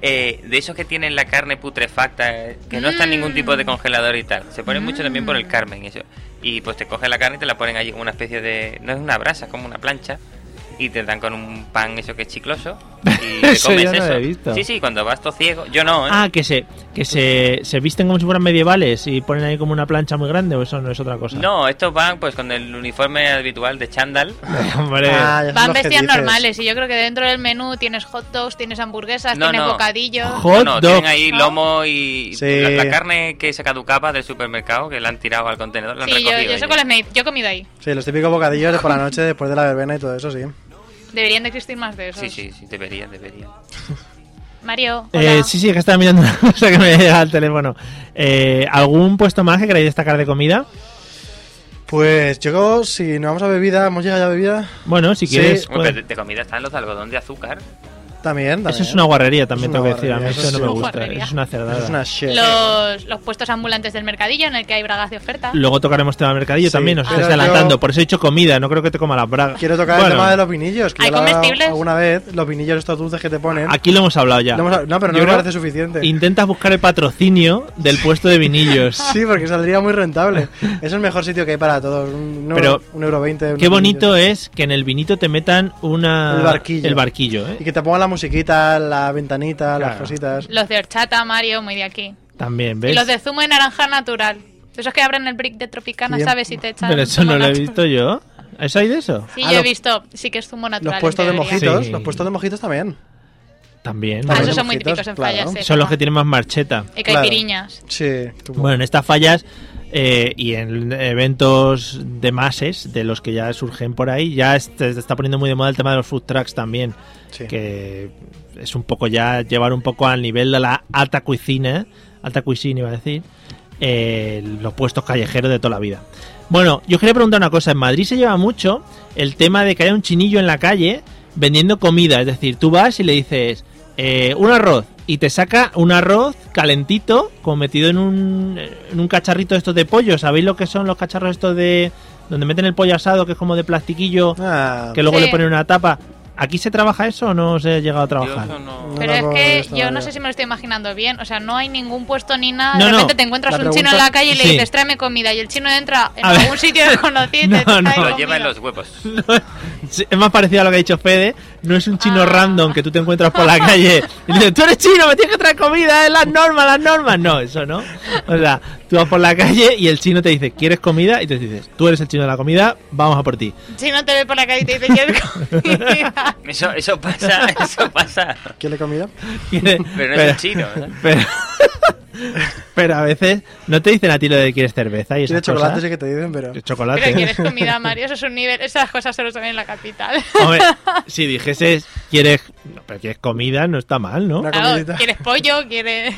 Speaker 6: Eh, de esos que tienen la carne putrefacta, eh, que no está en ningún tipo de congelador y tal. Se ponen mucho también por el Carmen, eso. Y pues te cogen la carne y te la ponen allí como una especie de. No es una brasa, es como una plancha. Y te dan con un pan eso que es chicloso. Y te
Speaker 4: Eso
Speaker 6: comes
Speaker 4: yo no lo
Speaker 6: eso.
Speaker 4: he visto.
Speaker 6: Sí, sí, cuando vas todo ciego. Yo no, ¿eh?
Speaker 4: Ah, que se, que se, se visten como si fueran medievales y ponen ahí como una plancha muy grande o eso no es otra cosa.
Speaker 6: No, estos van pues con el uniforme habitual de chándal.
Speaker 4: Hombre.
Speaker 5: Ah, ya son
Speaker 7: Van
Speaker 5: los que
Speaker 7: vestidas
Speaker 5: dices.
Speaker 7: normales y yo creo que dentro del menú tienes hot dogs, tienes hamburguesas,
Speaker 6: No,
Speaker 7: tienes
Speaker 6: no.
Speaker 7: bocadillos.
Speaker 4: Jo- Hot
Speaker 6: no, no,
Speaker 4: dog.
Speaker 6: tienen ahí lomo y
Speaker 5: Sí.
Speaker 6: la, la carne que se caducaba del supermercado, que la han tirado al contenedor, la han
Speaker 7: Sí, yo,
Speaker 6: recogido.
Speaker 7: yo
Speaker 6: ellos.
Speaker 7: sé cuáles me- yo he comido ahí.
Speaker 5: Sí, los típicos bocadillos de por la noche después de la verbena y todo eso, sí.
Speaker 7: Deberían de existir más de esos.
Speaker 6: Sí, sí, sí, deberían, deberían.
Speaker 5: Pues
Speaker 7: Mario, hola.
Speaker 4: Eh, sí, sí, que estaba mirando una cosa que me llega al teléfono. Eh, ¿Algún puesto más que queráis destacar de comida?
Speaker 5: Pues yo, si no vamos a bebida, hemos llegado ya a bebida.
Speaker 4: Bueno, si
Speaker 5: Sí.
Speaker 4: quieres.
Speaker 6: Bueno,
Speaker 4: puedes-
Speaker 6: pero de, de comida están los de algodón de azúcar.
Speaker 5: También, también.
Speaker 4: Eso es una guarrería también,
Speaker 5: Es
Speaker 4: tengo
Speaker 5: una
Speaker 4: que decir. A mí
Speaker 5: guarrería,
Speaker 4: eso no
Speaker 5: eso
Speaker 4: me
Speaker 7: sí.
Speaker 4: gusta.
Speaker 7: Guarrería.
Speaker 4: eso es una cerdada.
Speaker 5: Eso es una shit.
Speaker 7: los, los puestos ambulantes del mercadillo en el que hay bragas de oferta.
Speaker 4: Luego tocaremos tema del mercadillo
Speaker 5: Sí,
Speaker 4: también, nos
Speaker 5: pero
Speaker 4: estás adelantando.
Speaker 5: yo-
Speaker 4: Por eso he dicho comida, no creo que te coma las bragas.
Speaker 5: Quiero tocar
Speaker 4: Bueno,
Speaker 5: el tema de los vinillos, que
Speaker 7: ¿Hay
Speaker 5: ya lo he hablado
Speaker 7: comestibles?
Speaker 5: alguna vez, los vinillos estos dulces que te ponen.
Speaker 4: Aquí lo hemos hablado ya.
Speaker 5: Lo hemos- no, pero no
Speaker 4: Yo
Speaker 5: me
Speaker 4: creo-
Speaker 5: parece suficiente.
Speaker 4: Intentas buscar el patrocinio del puesto de vinillos.
Speaker 5: Sí, porque saldría muy rentable. Es el mejor sitio que hay para todos. Un, un
Speaker 4: Pero,
Speaker 5: euro- un euro veinte.
Speaker 4: Qué
Speaker 5: unos
Speaker 4: bonito
Speaker 5: vinillos.
Speaker 4: es que en el vinito te metan una...
Speaker 5: El barquillo.
Speaker 4: El barquillo, ¿eh?
Speaker 5: Y que te pongan la musiquita, la ventanita, las
Speaker 4: Claro.
Speaker 5: cositas.
Speaker 7: Los de horchata, Mario, muy de aquí.
Speaker 4: También, ¿ves?
Speaker 7: Y los de zumo de naranja natural. Esos que abren el brick de Tropicana,
Speaker 5: Bien.
Speaker 7: ¿sabes? Y te echan.
Speaker 4: Pero eso
Speaker 7: zumo
Speaker 4: no lo he
Speaker 7: natural.
Speaker 4: visto yo. ¿Eso hay de eso?
Speaker 7: Sí,
Speaker 5: Ah,
Speaker 7: yo he
Speaker 5: lo-
Speaker 7: visto. Sí que es zumo natural.
Speaker 5: Los puestos de
Speaker 7: en teoría.
Speaker 4: mojito.
Speaker 5: mojitos,
Speaker 4: Sí.
Speaker 5: los puestos de mojitos también.
Speaker 4: También.
Speaker 7: Ah,
Speaker 4: bueno.
Speaker 7: esos son muy
Speaker 5: Mojitos,
Speaker 7: típicos en
Speaker 5: claro.
Speaker 7: fallas. eh,
Speaker 4: Son los que tienen más marcheta.
Speaker 7: Y
Speaker 5: Claro.
Speaker 7: caipiriñas.
Speaker 5: Sí, tú-
Speaker 4: Bueno, en estas fallas eh, y en eventos de mases, de los que ya surgen por ahí, ya es- se está poniendo muy de moda el tema de los food trucks también,
Speaker 5: sí.
Speaker 4: que es un poco ya llevar un poco al nivel de la alta cuisine, alta cuisine iba a decir, eh, los puestos callejeros de toda la vida. Bueno, yo quería preguntar una cosa, en Madrid se lleva mucho el tema de que haya un chinillo en la calle vendiendo comida, es decir, tú vas y le dices eh, un arroz y te saca un arroz calentito, como metido en un, en un cacharrito de estos de pollo, ¿sabéis lo que son los cacharros estos de... donde meten el pollo asado, que es como de plastiquillo?
Speaker 5: Ah,
Speaker 4: que luego
Speaker 7: Sí.
Speaker 4: le ponen una tapa. ¿Aquí se trabaja eso o no se ha llegado a
Speaker 6: Yo
Speaker 4: trabajar?
Speaker 6: eso no-
Speaker 5: No
Speaker 7: Pero
Speaker 5: lo he
Speaker 7: es
Speaker 5: visto
Speaker 7: que yo no
Speaker 5: todavía.
Speaker 7: sé si me lo estoy imaginando bien. O sea, no hay ningún puesto ni nada.
Speaker 4: No,
Speaker 7: de
Speaker 4: no.
Speaker 7: repente te encuentras
Speaker 5: La
Speaker 7: un chino en
Speaker 5: pregunta-
Speaker 7: la calle y le
Speaker 4: Sí.
Speaker 7: dices, tráeme comida. Y el chino entra en
Speaker 4: A ver.
Speaker 7: algún sitio desconocido y te
Speaker 4: No,
Speaker 7: trae
Speaker 4: no.
Speaker 7: comida.
Speaker 6: Lo lleva en los huevos.
Speaker 4: Sí, Es más parecido a lo que ha dicho Fede. No es un chino
Speaker 7: Ah.
Speaker 4: random que tú te encuentras por la calle y dices, tú eres chino, me tienes que traer comida, es las normas, las normas. No, eso no. O sea, tú vas por la calle y el chino te dice, ¿quieres comida? Y te dices, tú eres el chino de la comida, vamos a por ti.
Speaker 7: El chino te ve por la calle y te dice, ¿quieres comida?
Speaker 6: Eso, eso pasa, eso pasa.
Speaker 5: ¿Quién le comida?
Speaker 4: Pero
Speaker 6: Pero no es un chino, ¿eh? ¿verdad?
Speaker 4: Pero, pero a veces no te dicen a ti lo de quieres cerveza y
Speaker 5: Tiene
Speaker 4: esas
Speaker 5: chocolate,
Speaker 4: cosas.
Speaker 5: sí que te dicen, pero.
Speaker 4: Chocolate.
Speaker 7: Pero quieres comida, Mario. Eso es un nivel. Esas cosas solo se ven en la capital.
Speaker 4: Hombre, si dijeses quieres, no, pero quieres comida, no está mal, ¿no?
Speaker 5: Una
Speaker 7: Claro,
Speaker 5: comidita.
Speaker 7: ¿Quieres pollo? ¿Quieres...?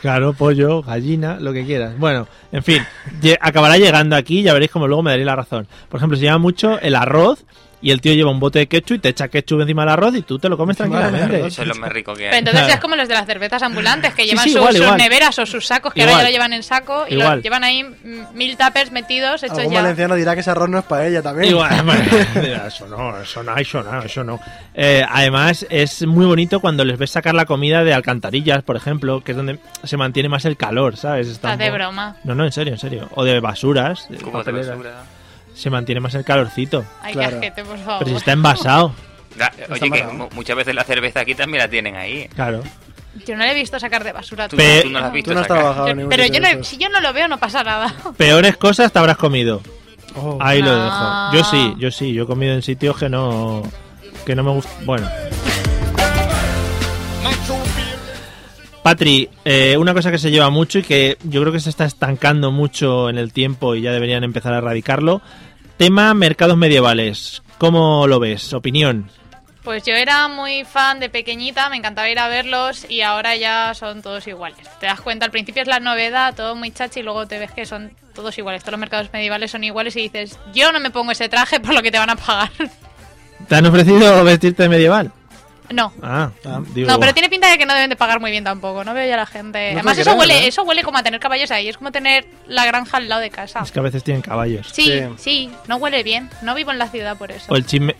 Speaker 4: Claro, pollo, gallina, lo que quieras. Bueno, en fin, lle- acabará llegando aquí, ya veréis como luego me daréis la razón. Por ejemplo, se llama mucho el arroz y el tío lleva un bote de ketchup y te echa ketchup encima del arroz y tú te lo comes
Speaker 5: Encima del
Speaker 4: tranquilamente.
Speaker 6: Eso es lo más rico que
Speaker 7: Pero
Speaker 6: hay.
Speaker 7: entonces
Speaker 4: Claro.
Speaker 7: es como los de las cervezas ambulantes que
Speaker 4: Sí,
Speaker 7: llevan
Speaker 4: sí,
Speaker 7: sus,
Speaker 4: igual,
Speaker 7: sus
Speaker 4: igual.
Speaker 7: neveras o sus sacos que ahora
Speaker 4: Igual.
Speaker 7: ya lo llevan en saco y
Speaker 4: Igual.
Speaker 7: lo llevan ahí mm, mil tapers metidos hechos
Speaker 5: Algún
Speaker 7: ya.
Speaker 5: valenciano dirá que ese arroz no es paella también.
Speaker 4: Igual, bueno, eso no, eso no, eso no, eso no. Eh, además, es muy bonito cuando les ves sacar la comida de alcantarillas, por ejemplo, que es donde se mantiene más el calor, ¿sabes? Está
Speaker 7: Estás Ah, de
Speaker 4: un poco-
Speaker 7: broma.
Speaker 4: No, no, en serio, en serio. O de basuras. de
Speaker 6: Cubos de
Speaker 4: papeleras.
Speaker 6: basura.
Speaker 4: Se mantiene más el calorcito.
Speaker 7: Ay,
Speaker 5: Claro.
Speaker 7: qué ajete, por favor.
Speaker 4: Pero si está envasado,
Speaker 6: La- oye, que
Speaker 5: mal, ¿no?
Speaker 6: mu- muchas veces la cerveza aquí también la tienen ahí.
Speaker 4: claro.
Speaker 7: Yo no le he visto sacar de basura
Speaker 6: Tú,
Speaker 7: todo.
Speaker 4: Pe-
Speaker 6: tú no la has visto.
Speaker 5: Tú no has
Speaker 6: sacar.
Speaker 5: trabajado
Speaker 7: Yo-
Speaker 5: en ningún
Speaker 7: pero yo
Speaker 5: sitio
Speaker 7: no,
Speaker 5: de
Speaker 7: he-
Speaker 5: esos.
Speaker 7: si yo no lo veo, no pasa nada.
Speaker 4: Peores cosas te habrás comido.
Speaker 5: Oh.
Speaker 4: Ahí lo
Speaker 7: No.
Speaker 4: dejo.
Speaker 7: Ah.
Speaker 4: Yo sí, yo sí. Yo he comido en sitios que no. que no me gustan. Bueno. Patri, eh, una cosa que se lleva mucho y que yo creo que se está estancando mucho en el tiempo y ya deberían empezar a erradicarlo. Tema mercados medievales. ¿Cómo lo ves? Opinión.
Speaker 7: Pues yo era muy fan de pequeñita, me encantaba ir a verlos y ahora ya son todos iguales. Te das cuenta, al principio es la novedad, todo muy chachi y luego te ves que son todos iguales. Todos los mercados medievales son iguales y dices, yo no me pongo ese traje por lo que te van a pagar.
Speaker 4: ¿Te han ofrecido vestirte de medieval?
Speaker 7: no.
Speaker 4: Ah,
Speaker 5: Ah.
Speaker 4: digo.
Speaker 7: No, pero tiene pinta de que no deben de pagar muy bien tampoco. No veo ya la gente.
Speaker 5: No
Speaker 7: Además,
Speaker 5: creo que
Speaker 7: eso
Speaker 5: no,
Speaker 7: huele,
Speaker 5: ¿eh?
Speaker 7: eso huele como a tener caballos ahí. Es como tener la granja al lado de casa.
Speaker 4: Es que a veces tienen caballos.
Speaker 7: Sí,
Speaker 5: Sí.
Speaker 7: sí, no huele bien. No vivo en la ciudad por eso.
Speaker 4: O el chisme.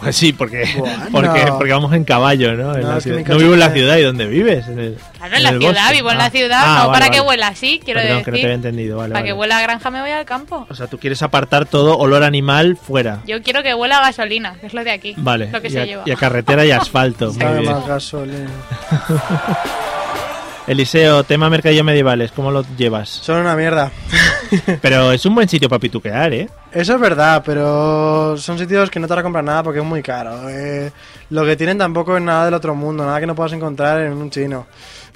Speaker 4: Pues sí, porque,
Speaker 5: Bueno.
Speaker 4: porque, porque vamos en caballo, ¿no? En
Speaker 5: No,
Speaker 4: la
Speaker 5: es que
Speaker 4: ciudad.
Speaker 5: me
Speaker 4: No vivo en la
Speaker 5: encanta-
Speaker 4: ciudad y dónde vives. En el,
Speaker 7: Claro, en la
Speaker 4: el
Speaker 7: ciudad,
Speaker 4: bosque.
Speaker 7: vivo en
Speaker 4: Ah.
Speaker 7: la ciudad.
Speaker 4: Ah,
Speaker 7: no,
Speaker 4: vale,
Speaker 7: para
Speaker 4: vale.
Speaker 7: que huela así, quiero
Speaker 4: Perdón, que no te había
Speaker 7: decir.
Speaker 4: entendido, vale.
Speaker 7: para
Speaker 4: vale.
Speaker 7: que huela a granja me voy al campo.
Speaker 4: O sea, tú quieres apartar todo olor animal fuera.
Speaker 7: Yo quiero que huela a gasolina, que es lo de aquí.
Speaker 4: Vale.
Speaker 7: Lo que
Speaker 4: y,
Speaker 7: se
Speaker 4: a,
Speaker 7: lleva.
Speaker 4: y a carretera y asfalto. muy
Speaker 5: Dame
Speaker 4: bien.
Speaker 5: más gasolina.
Speaker 4: Eliseo, tema mercadillo medievales, ¿cómo lo llevas?
Speaker 5: Son una mierda.
Speaker 4: Pero es un buen sitio para pituquear, ¿eh?
Speaker 5: Eso es verdad, pero son sitios que no te van a comprar nada porque es muy caro. Eh, lo que tienen tampoco es nada del otro mundo, nada que no puedas encontrar en un chino.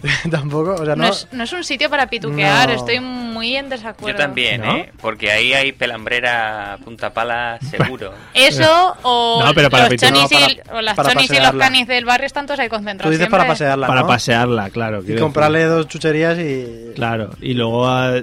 Speaker 5: tampoco, o sea,
Speaker 7: no,
Speaker 5: no.
Speaker 7: es, no es un sitio para pituquear,
Speaker 5: No.
Speaker 7: estoy muy en desacuerdo.
Speaker 6: Yo también,
Speaker 4: ¿No?
Speaker 6: ¿eh? Porque ahí hay pelambrera punta pala seguro.
Speaker 7: Eso o,
Speaker 4: No, pero para
Speaker 7: los
Speaker 4: pitu-
Speaker 7: chonis
Speaker 5: No,
Speaker 7: y,
Speaker 5: para-
Speaker 7: o las
Speaker 5: para
Speaker 7: chonis y los
Speaker 5: pasearla.
Speaker 7: canis del barrio están todos ahí
Speaker 5: Tú
Speaker 7: concentrados.
Speaker 5: dices para
Speaker 7: siempre.
Speaker 5: pasearla.
Speaker 4: para
Speaker 5: ¿no?
Speaker 4: pasearla, claro.
Speaker 5: Y
Speaker 4: quiero
Speaker 5: comprarle
Speaker 4: decir.
Speaker 5: dos chucherías y.
Speaker 4: Claro, y luego, a-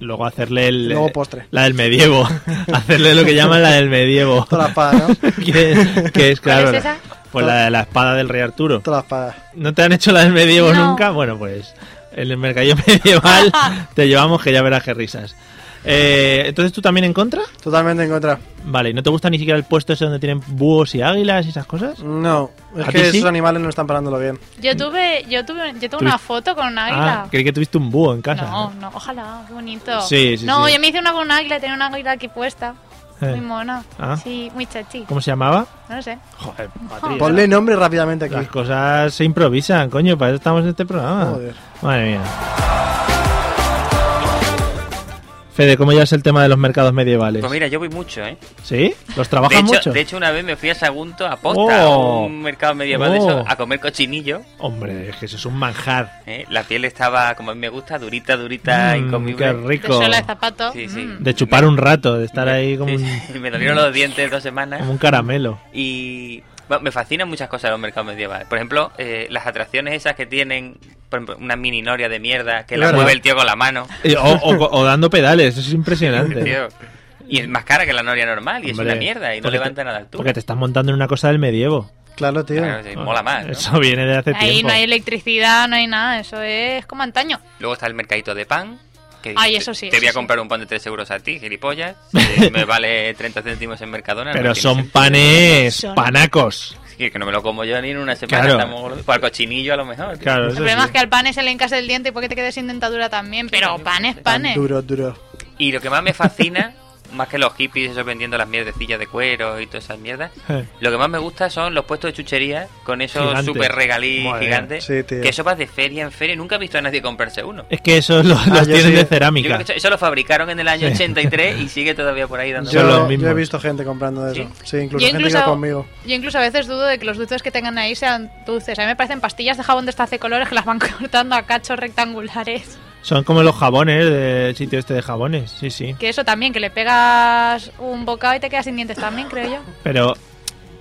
Speaker 4: luego hacerle el.
Speaker 5: Luego postre.
Speaker 4: La del medievo. hacerle lo que llaman la del medievo.
Speaker 5: Toda la espada, ¿no?
Speaker 4: que, es- que es,
Speaker 7: ¿Cuál
Speaker 4: claro.
Speaker 7: es esa?
Speaker 4: Pues la de la espada del rey Arturo.
Speaker 5: Toda la espada.
Speaker 4: ¿No te han hecho la del medievo
Speaker 7: No.
Speaker 4: nunca? Bueno, pues en el mercadillo medieval te llevamos que ya verás qué risas. Eh, Entonces, ¿tú también en contra?
Speaker 5: Totalmente en contra.
Speaker 4: Vale, ¿no te gusta ni siquiera el puesto ese donde tienen búhos y águilas y esas cosas?
Speaker 5: No, es
Speaker 4: ¿A
Speaker 5: que
Speaker 4: ti
Speaker 5: esos
Speaker 4: sí?
Speaker 5: animales no están parándolo bien.
Speaker 7: Yo tuve, yo tuve, yo tuve
Speaker 4: Tuviste-
Speaker 7: una foto con un águila.
Speaker 4: Ah, creí que tuviste un búho en casa.
Speaker 7: no, no, ojalá, qué bonito.
Speaker 4: Sí, sí,
Speaker 7: no,
Speaker 4: sí.
Speaker 7: yo me hice una con un águila, tenía un águila aquí puesta.
Speaker 4: Eh.
Speaker 7: Muy mona.
Speaker 4: Ah.
Speaker 7: Sí, muy chachi.
Speaker 4: ¿Cómo se llamaba?
Speaker 7: No lo sé.
Speaker 4: Joder,
Speaker 5: Ponle nombre rápidamente aquí.
Speaker 4: Las cosas se improvisan, coño, para eso estamos en este programa.
Speaker 5: Joder.
Speaker 4: Madre mía. Fede, ¿cómo llevas el tema de los mercados medievales?
Speaker 6: Pues mira, yo voy mucho, ¿eh?
Speaker 4: ¿Sí? ¿Los
Speaker 6: De
Speaker 4: trabajas
Speaker 6: hecho,
Speaker 4: mucho?
Speaker 6: de hecho, una vez me fui a Sagunto a posta, a
Speaker 4: Oh.
Speaker 6: un mercado medieval de
Speaker 4: Oh.
Speaker 6: esos, a comer cochinillo.
Speaker 4: Hombre, es que eso es un manjar.
Speaker 6: ¿eh? La piel estaba, como a mí me gusta, durita, durita,
Speaker 4: Mm,
Speaker 6: incomible.
Speaker 4: qué
Speaker 7: De
Speaker 4: rico.
Speaker 7: sola de zapato.
Speaker 6: Sí, sí.
Speaker 7: mm.
Speaker 4: De chupar un rato, de estar ahí como,
Speaker 6: Sí,
Speaker 4: un,
Speaker 6: sí, Me dolieron los dientes dos semanas.
Speaker 4: como un caramelo.
Speaker 6: Y bueno, me fascinan muchas cosas de los mercados medievales. Por ejemplo, eh, las atracciones esas que tienen, por ejemplo, una mini noria de mierda que la
Speaker 4: Claro.
Speaker 6: mueve el tío con la mano.
Speaker 4: Eh, O, o- o dando pedales, eso es impresionante.
Speaker 6: tío. Y es más cara que la noria normal y es
Speaker 4: Hombre,
Speaker 6: una mierda y no
Speaker 4: porque te-
Speaker 6: levanta nada al tú.
Speaker 4: Porque te estás montando en una cosa del medievo.
Speaker 5: Claro, tío.
Speaker 6: Claro, sí, mola más. ¿no?
Speaker 4: Eso viene de hace
Speaker 7: Ahí
Speaker 4: tiempo.
Speaker 7: no hay electricidad, no hay nada, eso es como antaño.
Speaker 6: Luego está el mercadito de pan. Que
Speaker 7: Ay,
Speaker 6: te-
Speaker 7: eso sí,
Speaker 6: Te voy
Speaker 7: eso
Speaker 6: a
Speaker 7: sí.
Speaker 6: comprar un pan de 3 euros a ti, gilipollas. Eh, me vale 30 céntimos en Mercadona. no
Speaker 4: Pero
Speaker 6: tiene
Speaker 4: son
Speaker 6: sentido.
Speaker 4: panes,
Speaker 7: Son-
Speaker 4: panacos.
Speaker 6: Sí, que no me lo como yo ni en una semana.
Speaker 4: Claro.
Speaker 6: estamos gordos. O al cochinillo a lo mejor. tío.
Speaker 4: Claro,
Speaker 7: El
Speaker 4: eso
Speaker 7: problema
Speaker 4: sí.
Speaker 7: es que al pan es el encase del diente y porque te quedes sin dentadura también, pero pan es
Speaker 5: Tan
Speaker 7: pan. eh.
Speaker 5: Duro, duro.
Speaker 6: Y lo que más me fascina, más que los hippies esos vendiendo las mierdecillas de cuero y todas esas mierdas,
Speaker 4: Eh.
Speaker 6: lo que más me gusta son los puestos de chuchería con esos
Speaker 4: Gigantes.
Speaker 6: super regalí
Speaker 4: Madre mía.
Speaker 6: gigantes.
Speaker 5: Sí, tío.
Speaker 6: que eso vas de feria en feria. y Nunca he visto a nadie comprarse uno.
Speaker 4: Es que esos los, los
Speaker 5: yo
Speaker 4: tienen
Speaker 5: sí.
Speaker 4: de
Speaker 6: Yo creo
Speaker 4: cerámica.
Speaker 6: que eso, eso lo fabricaron en el año 83 y sigue todavía por ahí dando
Speaker 4: Son los
Speaker 5: Yo, yo
Speaker 4: mismos.
Speaker 5: he visto gente comprando de eso. Sí, incluso gente que
Speaker 7: Yo incluso-
Speaker 5: iba conmigo.
Speaker 7: Yo incluso a veces dudo de que los dulces que tengan ahí sean dulces. A mí me parecen pastillas de jabón de estas de colores que las van cortando a cachos rectangulares.
Speaker 4: Son como los jabones del sitio este de jabones. Sí, sí.
Speaker 7: Que eso también, que le pegas un bocado y te quedas sin dientes también, creo yo.
Speaker 4: Pero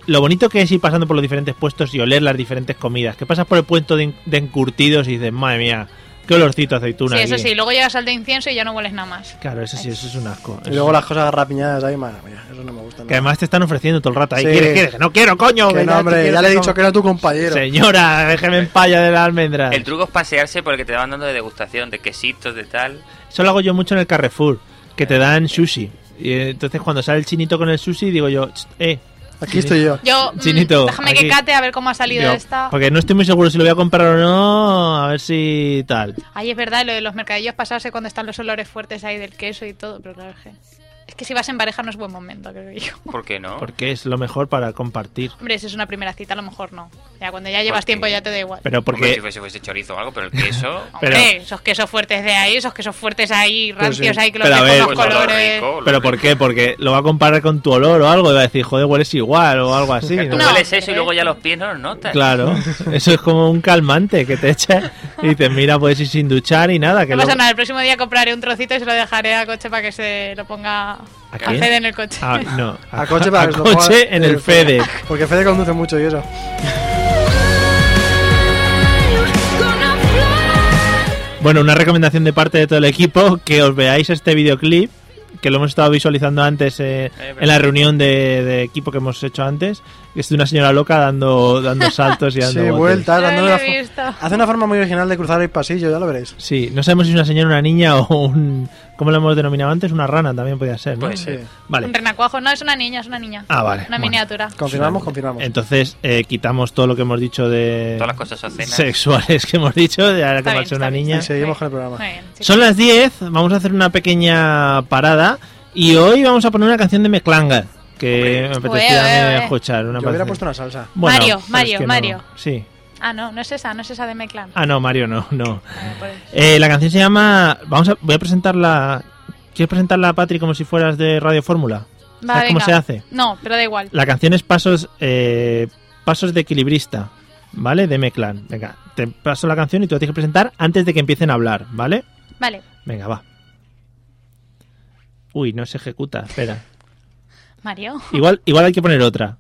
Speaker 4: lo bonito que es ir pasando por los diferentes puestos y oler las diferentes comidas. Que pasas por el puesto de, en- de encurtidos y dices, madre mía, qué olorcito a aceituna.
Speaker 7: sí, eso
Speaker 4: aquí".
Speaker 7: sí. Luego llegas al de incienso y ya no hueles nada más.
Speaker 4: Claro, eso sí, eso es un asco.
Speaker 5: Y
Speaker 4: Eso
Speaker 5: luego
Speaker 4: sí.
Speaker 5: las cosas rapiñadas ahí, madre mía, eso no me gusta.
Speaker 4: Que
Speaker 5: nada.
Speaker 4: además te están ofreciendo todo el rato ahí.
Speaker 5: Sí.
Speaker 4: ¿Quieres, quieres? Que No quiero, coño.
Speaker 5: Que
Speaker 4: que
Speaker 5: no,
Speaker 4: te
Speaker 5: hombre,
Speaker 4: quiero,
Speaker 5: ya le he
Speaker 4: no.
Speaker 5: dicho que era tu compañero.
Speaker 4: Señora, déjeme en palla de las almendras.
Speaker 6: El truco es pasearse porque te van dando de degustación, de quesitos, de tal.
Speaker 4: Eso lo hago yo mucho en el Carrefour, que te dan sushi. Y eh, entonces cuando sale el chinito con el sushi, digo yo, "Ch, eh.
Speaker 5: Aquí estoy yo.
Speaker 7: Yo, mm,
Speaker 4: Chinito,
Speaker 7: déjame
Speaker 4: aquí.
Speaker 7: que cate a ver cómo ha salido
Speaker 4: Digo,
Speaker 7: esta.
Speaker 4: Porque no estoy muy seguro si lo voy a comprar o no, a ver si tal.
Speaker 7: Ay, es verdad, lo de los mercadillos pasarse cuando están los olores fuertes ahí del queso y todo, pero claro, es que, es que si vas en pareja no es buen momento, creo yo.
Speaker 6: ¿Por qué no?
Speaker 4: Porque es lo mejor para compartir.
Speaker 7: Hombre, si es una primera cita, a lo mejor no. Ya cuando ya llevas
Speaker 6: qué?
Speaker 7: tiempo ya te da igual.
Speaker 4: Pero
Speaker 6: Hombre, si
Speaker 4: porque...
Speaker 6: fuese, fuese chorizo o algo, pero el queso.
Speaker 4: pero-
Speaker 7: Hombre, esos quesos fuertes de ahí, esos quesos fuertes ahí, rancios ahí que los
Speaker 4: Pero a
Speaker 7: ves
Speaker 4: ver,
Speaker 7: con los
Speaker 6: Pues lo
Speaker 7: colores.
Speaker 6: rico, lo
Speaker 4: ¿Pero por
Speaker 6: rico.
Speaker 4: qué? Porque lo va a comparar con tu olor o algo y va a decir, joder, hueles igual o algo así.
Speaker 6: Tú
Speaker 4: ¿no?
Speaker 7: No.
Speaker 6: hueles eso y luego ya los pies no los notas.
Speaker 4: Claro, eso es como un calmante que te echa y dices, mira, puedes ir sin duchar y nada. Que
Speaker 7: No pasa
Speaker 4: luego-
Speaker 7: nada, el próximo día compraré un trocito y se lo dejaré al coche para que se lo ponga a
Speaker 4: quién?
Speaker 7: Fede en el coche.
Speaker 4: Ah, no,
Speaker 5: A coche para
Speaker 4: a
Speaker 5: que se lo
Speaker 4: coche
Speaker 5: ponga Eh,
Speaker 4: en el Fede.
Speaker 5: Porque Fede conduce mucho y eso.
Speaker 4: Bueno, una recomendación de parte de todo el equipo, que os veáis este videoclip, que lo hemos estado visualizando antes eh,
Speaker 6: verdad.
Speaker 4: en la reunión de, de equipo que hemos hecho antes, que es de una señora loca dando, dando saltos y dando
Speaker 5: Sí,
Speaker 4: botes.
Speaker 5: vueltas,
Speaker 7: No
Speaker 5: dando
Speaker 7: lo
Speaker 5: una
Speaker 7: he
Speaker 5: fo-
Speaker 7: visto.
Speaker 5: Hace una forma muy original de cruzar el pasillo, ya lo veréis.
Speaker 4: Sí, no sabemos si es una señora, una niña o un... ¿Cómo lo hemos denominado antes? Una rana también podía ser, ¿no?
Speaker 7: Pues,
Speaker 6: Puede ser.
Speaker 4: Vale.
Speaker 7: Un renacuajo, no, es una niña, es una niña.
Speaker 4: Ah, vale.
Speaker 7: Una
Speaker 4: Bueno.
Speaker 7: miniatura.
Speaker 5: Confirmamos, confirmamos.
Speaker 4: Entonces eh, quitamos todo lo que hemos dicho de
Speaker 6: Todas las cosas ocenas.
Speaker 4: sexuales que hemos dicho, de ahora que
Speaker 7: Está
Speaker 4: va a
Speaker 7: bien,
Speaker 4: ser
Speaker 7: está
Speaker 4: una
Speaker 7: bien,
Speaker 4: niña.
Speaker 5: Y seguimos con el
Speaker 7: Muy
Speaker 5: programa.
Speaker 7: bien, chicos.
Speaker 4: Son las 10, vamos a hacer una pequeña parada y hoy vamos a poner una canción de Meclanga que me apetecía
Speaker 7: Ué, ué, ué.
Speaker 4: escuchar. Una
Speaker 5: Yo hubiera
Speaker 4: canción.
Speaker 5: puesto una salsa.
Speaker 4: Bueno,
Speaker 7: Mario,
Speaker 4: pero es
Speaker 7: Mario,
Speaker 4: que no.
Speaker 7: Mario.
Speaker 4: Sí.
Speaker 7: Ah, no, no es esa, no es esa de Meclan.
Speaker 4: Ah, no, Mario no, no.
Speaker 7: Eh, pues-
Speaker 4: Eh, la canción se llama... Vamos a... Voy a presentarla... ¿Quieres presentarla, Patri, como si fueras de Radio Fórmula?
Speaker 7: Va,
Speaker 4: ¿Sabes cómo
Speaker 7: venga.
Speaker 4: se hace?
Speaker 7: No, pero da igual.
Speaker 4: La canción es Pasos, eh, Pasos de Equilibrista, ¿vale? De Meclan. Venga, te paso la canción y tú la tienes que presentar antes de que empiecen a hablar, ¿vale?
Speaker 7: Vale.
Speaker 4: Venga, va. Uy, no se ejecuta, espera.
Speaker 7: Mario.
Speaker 4: Igual, igual hay que poner otra.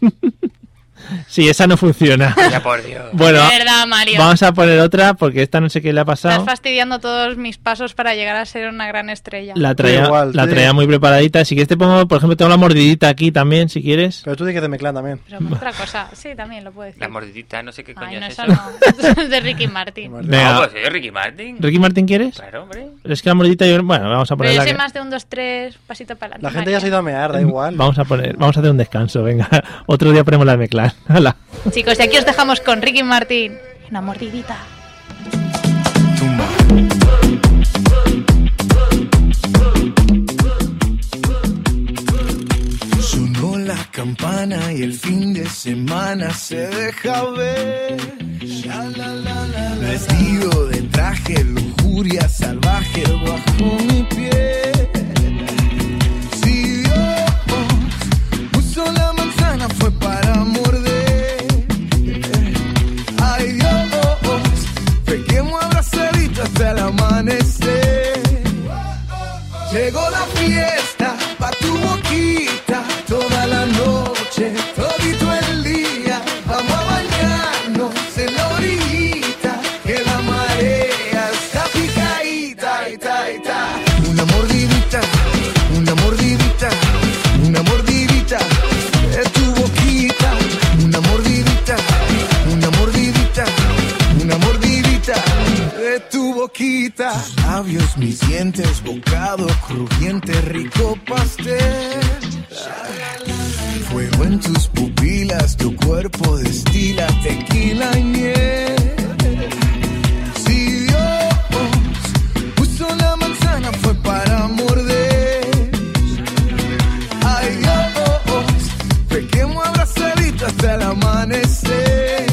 Speaker 4: sí, esa no funciona.
Speaker 6: Ya por Dios.
Speaker 4: Bueno,
Speaker 7: de verdad, Mario.
Speaker 4: vamos a poner otra porque esta no sé qué le ha
Speaker 7: Estás
Speaker 4: pasado.
Speaker 7: fastidiando todos mis pasos para llegar a ser una gran estrella.
Speaker 4: La traía,
Speaker 5: Sí, igual,
Speaker 4: la
Speaker 5: sí.
Speaker 4: traía muy preparadita. Si quieres te pongo, por ejemplo, tengo la mordidita aquí también, si quieres.
Speaker 5: Pero tú dices de Meclán también.
Speaker 7: Pero otra cosa, sí, también lo puedo decir.
Speaker 6: Las mordiditas, no sé qué coño
Speaker 7: Ay, no,
Speaker 6: es
Speaker 7: eso
Speaker 6: eso.
Speaker 7: no. de Ricky Martin.
Speaker 5: Vale.
Speaker 4: Venga.
Speaker 6: No, pues soy Ricky Martin.
Speaker 4: ¿Ricky Martin quieres?
Speaker 6: Claro, hombre.
Speaker 4: Es que la mordidita yo... Bueno, vamos a
Speaker 7: Pero yo
Speaker 4: ponerla.
Speaker 7: soy
Speaker 4: que-
Speaker 7: más de un, dos, tres, pasito para adelante.
Speaker 5: La gente ya se ha ido a mear, da igual.
Speaker 4: Em, Vamos a poner, vamos a hacer un descanso, venga. Otro día ponemos la de Meclan. Hala.
Speaker 7: Chicos, y aquí os dejamos con Ricky Martin. Una mordidita.
Speaker 8: Sonó la campana y el fin de semana se deja ver. La, la, la, la, la. Vestido de traje, lujuria. furia salvaje bajo mi piel. Si Dios puso la manzana fue para morder. Ay Dios, pequemos abrazadito hasta el amanecer. Llegó la fiesta pa' tu boquita toda la noche, todito el día. Vamos a bañarnos en la orillita que la marea está picadita. y ta, y ta. Una mordidita, una mordidita, una mordidita es tu boquita. Una mordidita, una mordidita, una mordidita de tu boquita. Tus labios, mis dientes, bocado crujiente, rico pastel. Fuego en tus pupilas, tu cuerpo destila tequila y miel. Si Dios puso la manzana fue para morder. Ay oh, Dios, pequemos abrazadito hasta el amanecer.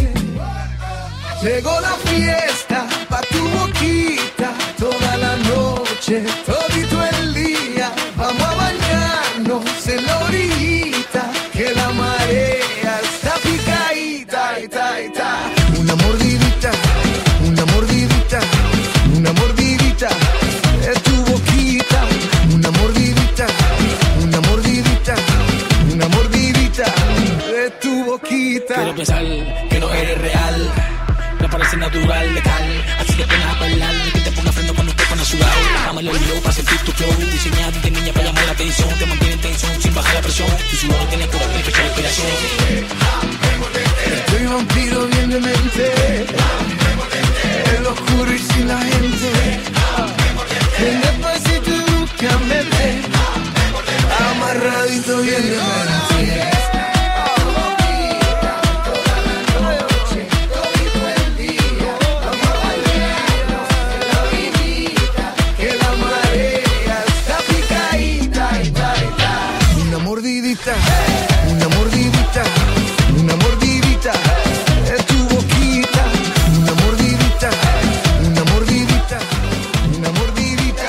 Speaker 8: Llegó la fiesta pa' tu boquita toda la noche, todito el día. Vamos a bañarnos en la orillita que la marea está picadita. y ta, y ta. Una mordidita, una mordidita, una mordidita es tu boquita. Una mordidita, una mordidita, una mordidita de tu boquita.
Speaker 9: Quiero pensar que no eres real. Me parece natural, letal. Así que pones a bailar. Que te ponga frente cuando te pones sudado. Dame el olvido para sentir tu flow. Diseñada de niña para llamar la atención. Te mantiene en tensión sin bajar la presión. Tu sudor tiene por aquí fecha de inspiración.
Speaker 8: Soy vampiro bien de mente. El oscuro y sin la gente. Ven despacito y búscame. Amarradito bien de mente. Que la marea está picadita y ta, y ta. Una mordidita, una mordidita, una mordidita, es tu boquita. Una mordidita, una mordidita, una mordidita.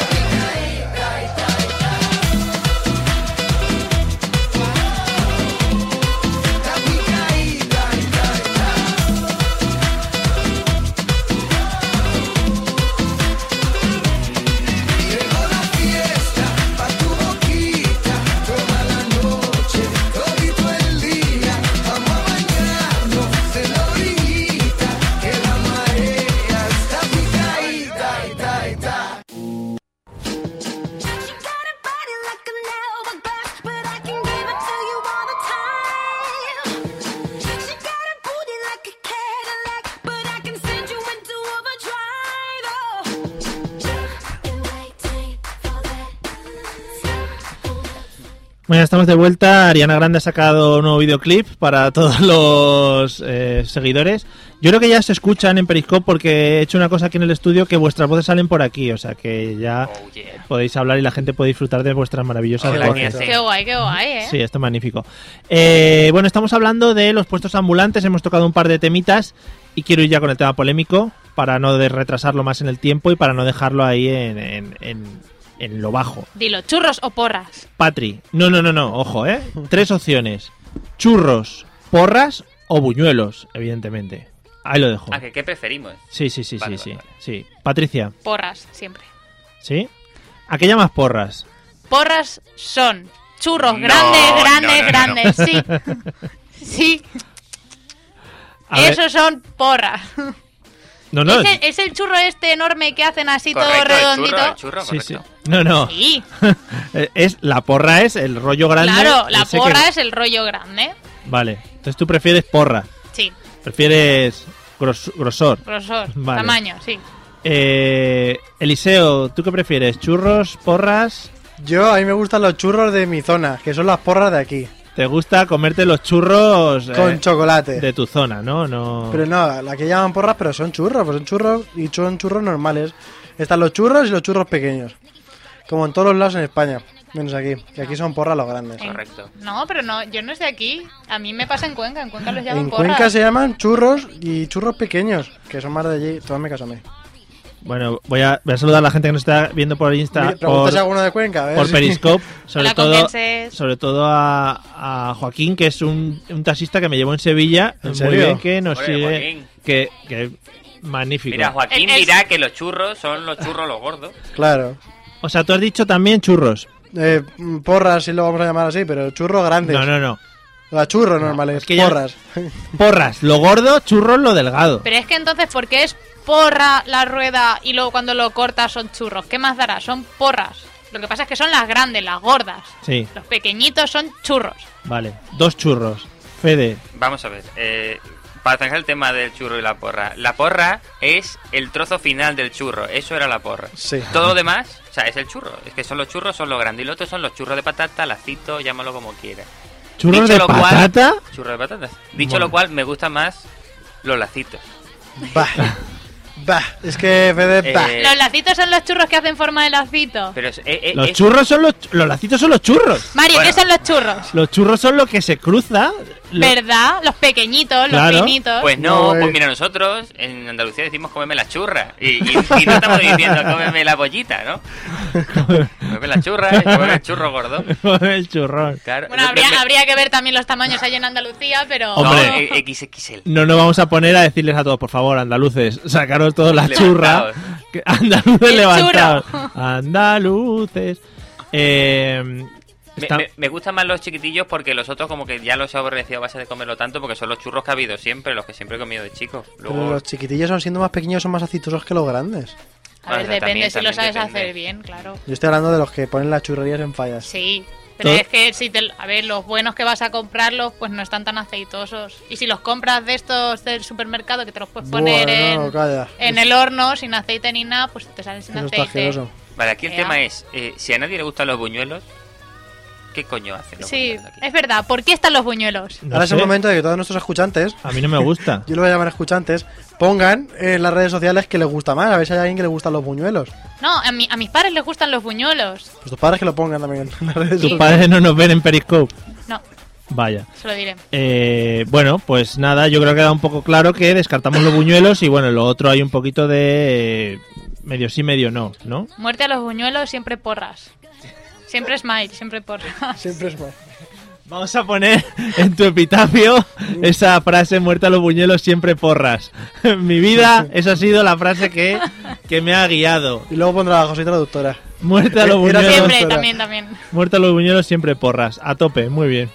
Speaker 4: Bueno, ya estamos de vuelta. Ariana Grande ha sacado un nuevo videoclip para todos los eh, seguidores. Yo creo que ya se escuchan en Periscope porque he hecho una cosa aquí en el estudio que vuestras voces salen por aquí, o sea que ya
Speaker 6: Oh, yeah.
Speaker 4: podéis hablar y la gente puede disfrutar de vuestras maravillosas
Speaker 6: Hola,
Speaker 4: voces.
Speaker 6: ¿qué
Speaker 7: Qué guay, qué guay, ¿eh?
Speaker 4: Sí, está magnífico. Eh, bueno, estamos hablando de los puestos ambulantes, hemos tocado un par de temitas y quiero ir ya con el tema polémico para no de- retrasarlo más en el tiempo y para no dejarlo ahí en, en- en- en lo bajo.
Speaker 7: Dilo, churros o porras.
Speaker 4: Patri, no, no, no, no, ojo, ¿eh? Tres opciones. Churros, porras o buñuelos, evidentemente. Ahí lo dejo.
Speaker 6: Ah, que ¿qué preferimos?
Speaker 4: Sí, sí, sí,
Speaker 6: Vale,
Speaker 4: sí,
Speaker 6: vale,
Speaker 4: sí. Sí. Patricia,
Speaker 7: Porras, siempre.
Speaker 4: ¿sí? ¿A qué llamas porras?
Speaker 7: Porras son churros
Speaker 6: No,
Speaker 7: grandes,
Speaker 6: no,
Speaker 7: grandes,
Speaker 6: no, no.
Speaker 7: grandes, sí. Sí,
Speaker 4: A ver-
Speaker 7: esos son porras.
Speaker 4: No, no.
Speaker 7: ¿Es, el, es el churro este enorme que hacen así todo
Speaker 6: Correcto, el
Speaker 7: redondito.
Speaker 6: churro, el churro,
Speaker 4: Sí, sí.
Speaker 6: correcto.
Speaker 4: No, no.
Speaker 7: Sí,
Speaker 4: Eh, es la porra es el rollo grande.
Speaker 7: claro, la
Speaker 4: ese
Speaker 7: porra
Speaker 4: que-
Speaker 7: es el rollo grande.
Speaker 4: Vale, entonces tú prefieres porra,
Speaker 7: Sí,
Speaker 4: prefieres gros- grosor.
Speaker 7: grosor,
Speaker 4: Vale.
Speaker 7: tamaño, sí.
Speaker 4: Eh, Eliseo, ¿tú qué prefieres? ¿Churros, porras?
Speaker 5: Yo, a mí me gustan los churros de mi zona, que son las porras de aquí,
Speaker 4: ¿Te gusta comerte los churros eh,
Speaker 5: con chocolate.
Speaker 4: de tu zona, no? no...
Speaker 5: Pero no, la que llaman porras, pero son churros, pues son churros y son churros normales. Están los churros y los churros pequeños. Como en todos los lados en España, menos aquí, que aquí son porras los grandes.
Speaker 7: En-
Speaker 6: Correcto.
Speaker 7: No, pero no, yo no estoy aquí. A mí me pasa en Cuenca, en Cuenca los llaman
Speaker 5: En
Speaker 7: porras.
Speaker 5: Cuenca se llaman churros y churros pequeños, que son más de allí, toma caso a mí.
Speaker 4: Bueno, voy a, voy a saludar a la gente que nos está viendo por Insta,
Speaker 5: Mira, Preguntas
Speaker 4: por,
Speaker 5: a alguno de Cuenca, a ver
Speaker 4: por
Speaker 5: si-
Speaker 4: Periscope, sobre
Speaker 7: Hola,
Speaker 4: todo,
Speaker 7: convences.
Speaker 4: sobre todo a, a Joaquín, que es un, un taxista que me llevó en Sevilla,
Speaker 5: ¿En
Speaker 4: muy
Speaker 5: serio?
Speaker 4: bien, que nos
Speaker 6: Ole,
Speaker 4: sigue,
Speaker 6: Joaquín.
Speaker 4: que, que magnífico.
Speaker 6: Mira, Joaquín
Speaker 7: El- el-
Speaker 6: dirá que los churros son los churros los gordos.
Speaker 5: Claro.
Speaker 4: O sea, tú has dicho también churros.
Speaker 5: Eh, mm, porras, si lo vamos a llamar así, pero churros grandes.
Speaker 4: No, no, no.
Speaker 5: La churro normales,
Speaker 4: es que ya-
Speaker 5: porras.
Speaker 4: Porras, lo gordo, churros, lo delgado.
Speaker 7: Pero es que entonces, ¿por qué es porra la rueda y luego cuando lo cortas son churros? ¿Qué más dará? Son porras. Lo que pasa es que son las grandes, las gordas.
Speaker 4: Sí,
Speaker 7: Los pequeñitos son churros.
Speaker 4: vale. Dos churros. Fede,
Speaker 6: Vamos a ver, eh, para zanjar el tema del churro y la porra. La porra es el trozo final del churro, eso era la porra.
Speaker 5: Sí.
Speaker 6: Todo lo demás, o sea, es el churro. Es que son los churros, son los grandes. Y los otros son los churros de patata, lacito, llámalo como quieras.
Speaker 4: churros
Speaker 6: Dicho
Speaker 4: de
Speaker 6: lo cual-
Speaker 4: patata.
Speaker 6: Churros de patatas. Dicho
Speaker 4: Bueno.
Speaker 6: lo cual, me gusta más los lacitos.
Speaker 5: Bah. Bah. Es que Fede, bah.
Speaker 6: Eh,
Speaker 7: Los lacitos son los churros que hacen forma de lacito.
Speaker 6: pero es, eh, eh,
Speaker 4: Los
Speaker 6: es-
Speaker 4: churros son los, los lacitos son los churros.
Speaker 7: Mario,
Speaker 6: bueno.
Speaker 7: ¿qué son los churros?
Speaker 4: Los churros son lo que se cruza. lo-
Speaker 7: ¿Verdad? Los pequeñitos,
Speaker 4: Claro.
Speaker 7: los finitos.
Speaker 6: Pues no,
Speaker 5: No, eh.
Speaker 6: pues mira, nosotros en Andalucía decimos cómeme la churra. Y, y- y no estamos diciendo cómeme la pollita, ¿no? Cómeme la churra, eh, cómeme el churro gordo.
Speaker 4: el churrón.
Speaker 6: Claro.
Speaker 7: bueno,
Speaker 6: no,
Speaker 7: habría,
Speaker 6: me-
Speaker 7: habría que ver también los tamaños allí en Andalucía, pero...
Speaker 6: no,
Speaker 4: Hombre.
Speaker 6: eh, XXL.
Speaker 4: No nos vamos a poner a decirles a todos, por favor, andaluces, sacaros todos la churra.
Speaker 6: Levantaos.
Speaker 4: Que- Andaluces
Speaker 7: El
Speaker 4: levantados.
Speaker 7: churro.
Speaker 4: Andaluces. Eh,
Speaker 6: Me,
Speaker 4: está-
Speaker 6: me- me gustan más los chiquitillos porque los otros como que ya los he aborrecido a base de comerlo tanto porque son los churros que ha habido siempre, los que siempre he comido de chico.
Speaker 5: Pero
Speaker 6: Luego,
Speaker 5: los chiquitillos, aun siendo más pequeños, son más aceitosos que los grandes.
Speaker 7: A ver,
Speaker 6: Bueno,
Speaker 7: depende
Speaker 6: también-
Speaker 7: si lo
Speaker 6: también
Speaker 7: sabes
Speaker 6: depende.
Speaker 7: hacer bien, claro.
Speaker 5: Yo estoy hablando de los que ponen las churrerías en fallas.
Speaker 7: Sí, pero
Speaker 4: Todo-
Speaker 7: es que si te, a ver, los buenos que vas a comprarlos, pues no están tan aceitosos. Y si los compras de estos del supermercado que te los puedes poner
Speaker 5: Bueno,
Speaker 7: en,
Speaker 5: calla.
Speaker 7: en el horno sin aceite ni nada, pues te salen sin
Speaker 5: Eso está
Speaker 7: aceite.
Speaker 5: asqueroso.
Speaker 6: vale, aquí el
Speaker 7: Ea.
Speaker 6: tema es, eh, si a nadie le gustan los buñuelos, ¿qué coño hacen los
Speaker 7: Sí,
Speaker 6: buñuelos aquí?
Speaker 7: es verdad. ¿Por qué están los buñuelos?
Speaker 4: no
Speaker 5: Ahora es el
Speaker 4: sé,
Speaker 5: momento de que todos nuestros escuchantes,
Speaker 4: A mí no me gusta.
Speaker 5: yo lo voy a llamar escuchantes, pongan en las redes sociales que les gusta más. A ver si hay alguien que le gustan los buñuelos.
Speaker 7: No, a, mi- a mis padres les gustan los buñuelos.
Speaker 5: Pues tus padres que lo pongan también en las redes
Speaker 4: Tus
Speaker 5: sociales.
Speaker 4: padres no nos ven en Periscope.
Speaker 7: No,
Speaker 4: Vaya.
Speaker 7: se lo diré.
Speaker 4: Eh, bueno, pues nada, yo creo que queda un poco claro que descartamos los buñuelos y bueno, lo otro hay un poquito de eh, medio sí, medio no, ¿no?
Speaker 7: Muerte a los buñuelos, siempre porras. Siempre smile, siempre porras.
Speaker 5: Siempre es más.
Speaker 4: Vamos a poner en tu epitafio esa frase muerta a los buñuelos siempre porras. En mi vida esa ha sido la frase que, que me ha guiado.
Speaker 5: Y luego pondrá a José traductora.
Speaker 4: Muerta a los
Speaker 5: Era
Speaker 4: buñuelos,
Speaker 7: Siempre,
Speaker 5: doctora.
Speaker 7: también, también.
Speaker 4: muerta a los buñuelos siempre porras. A tope, muy bien.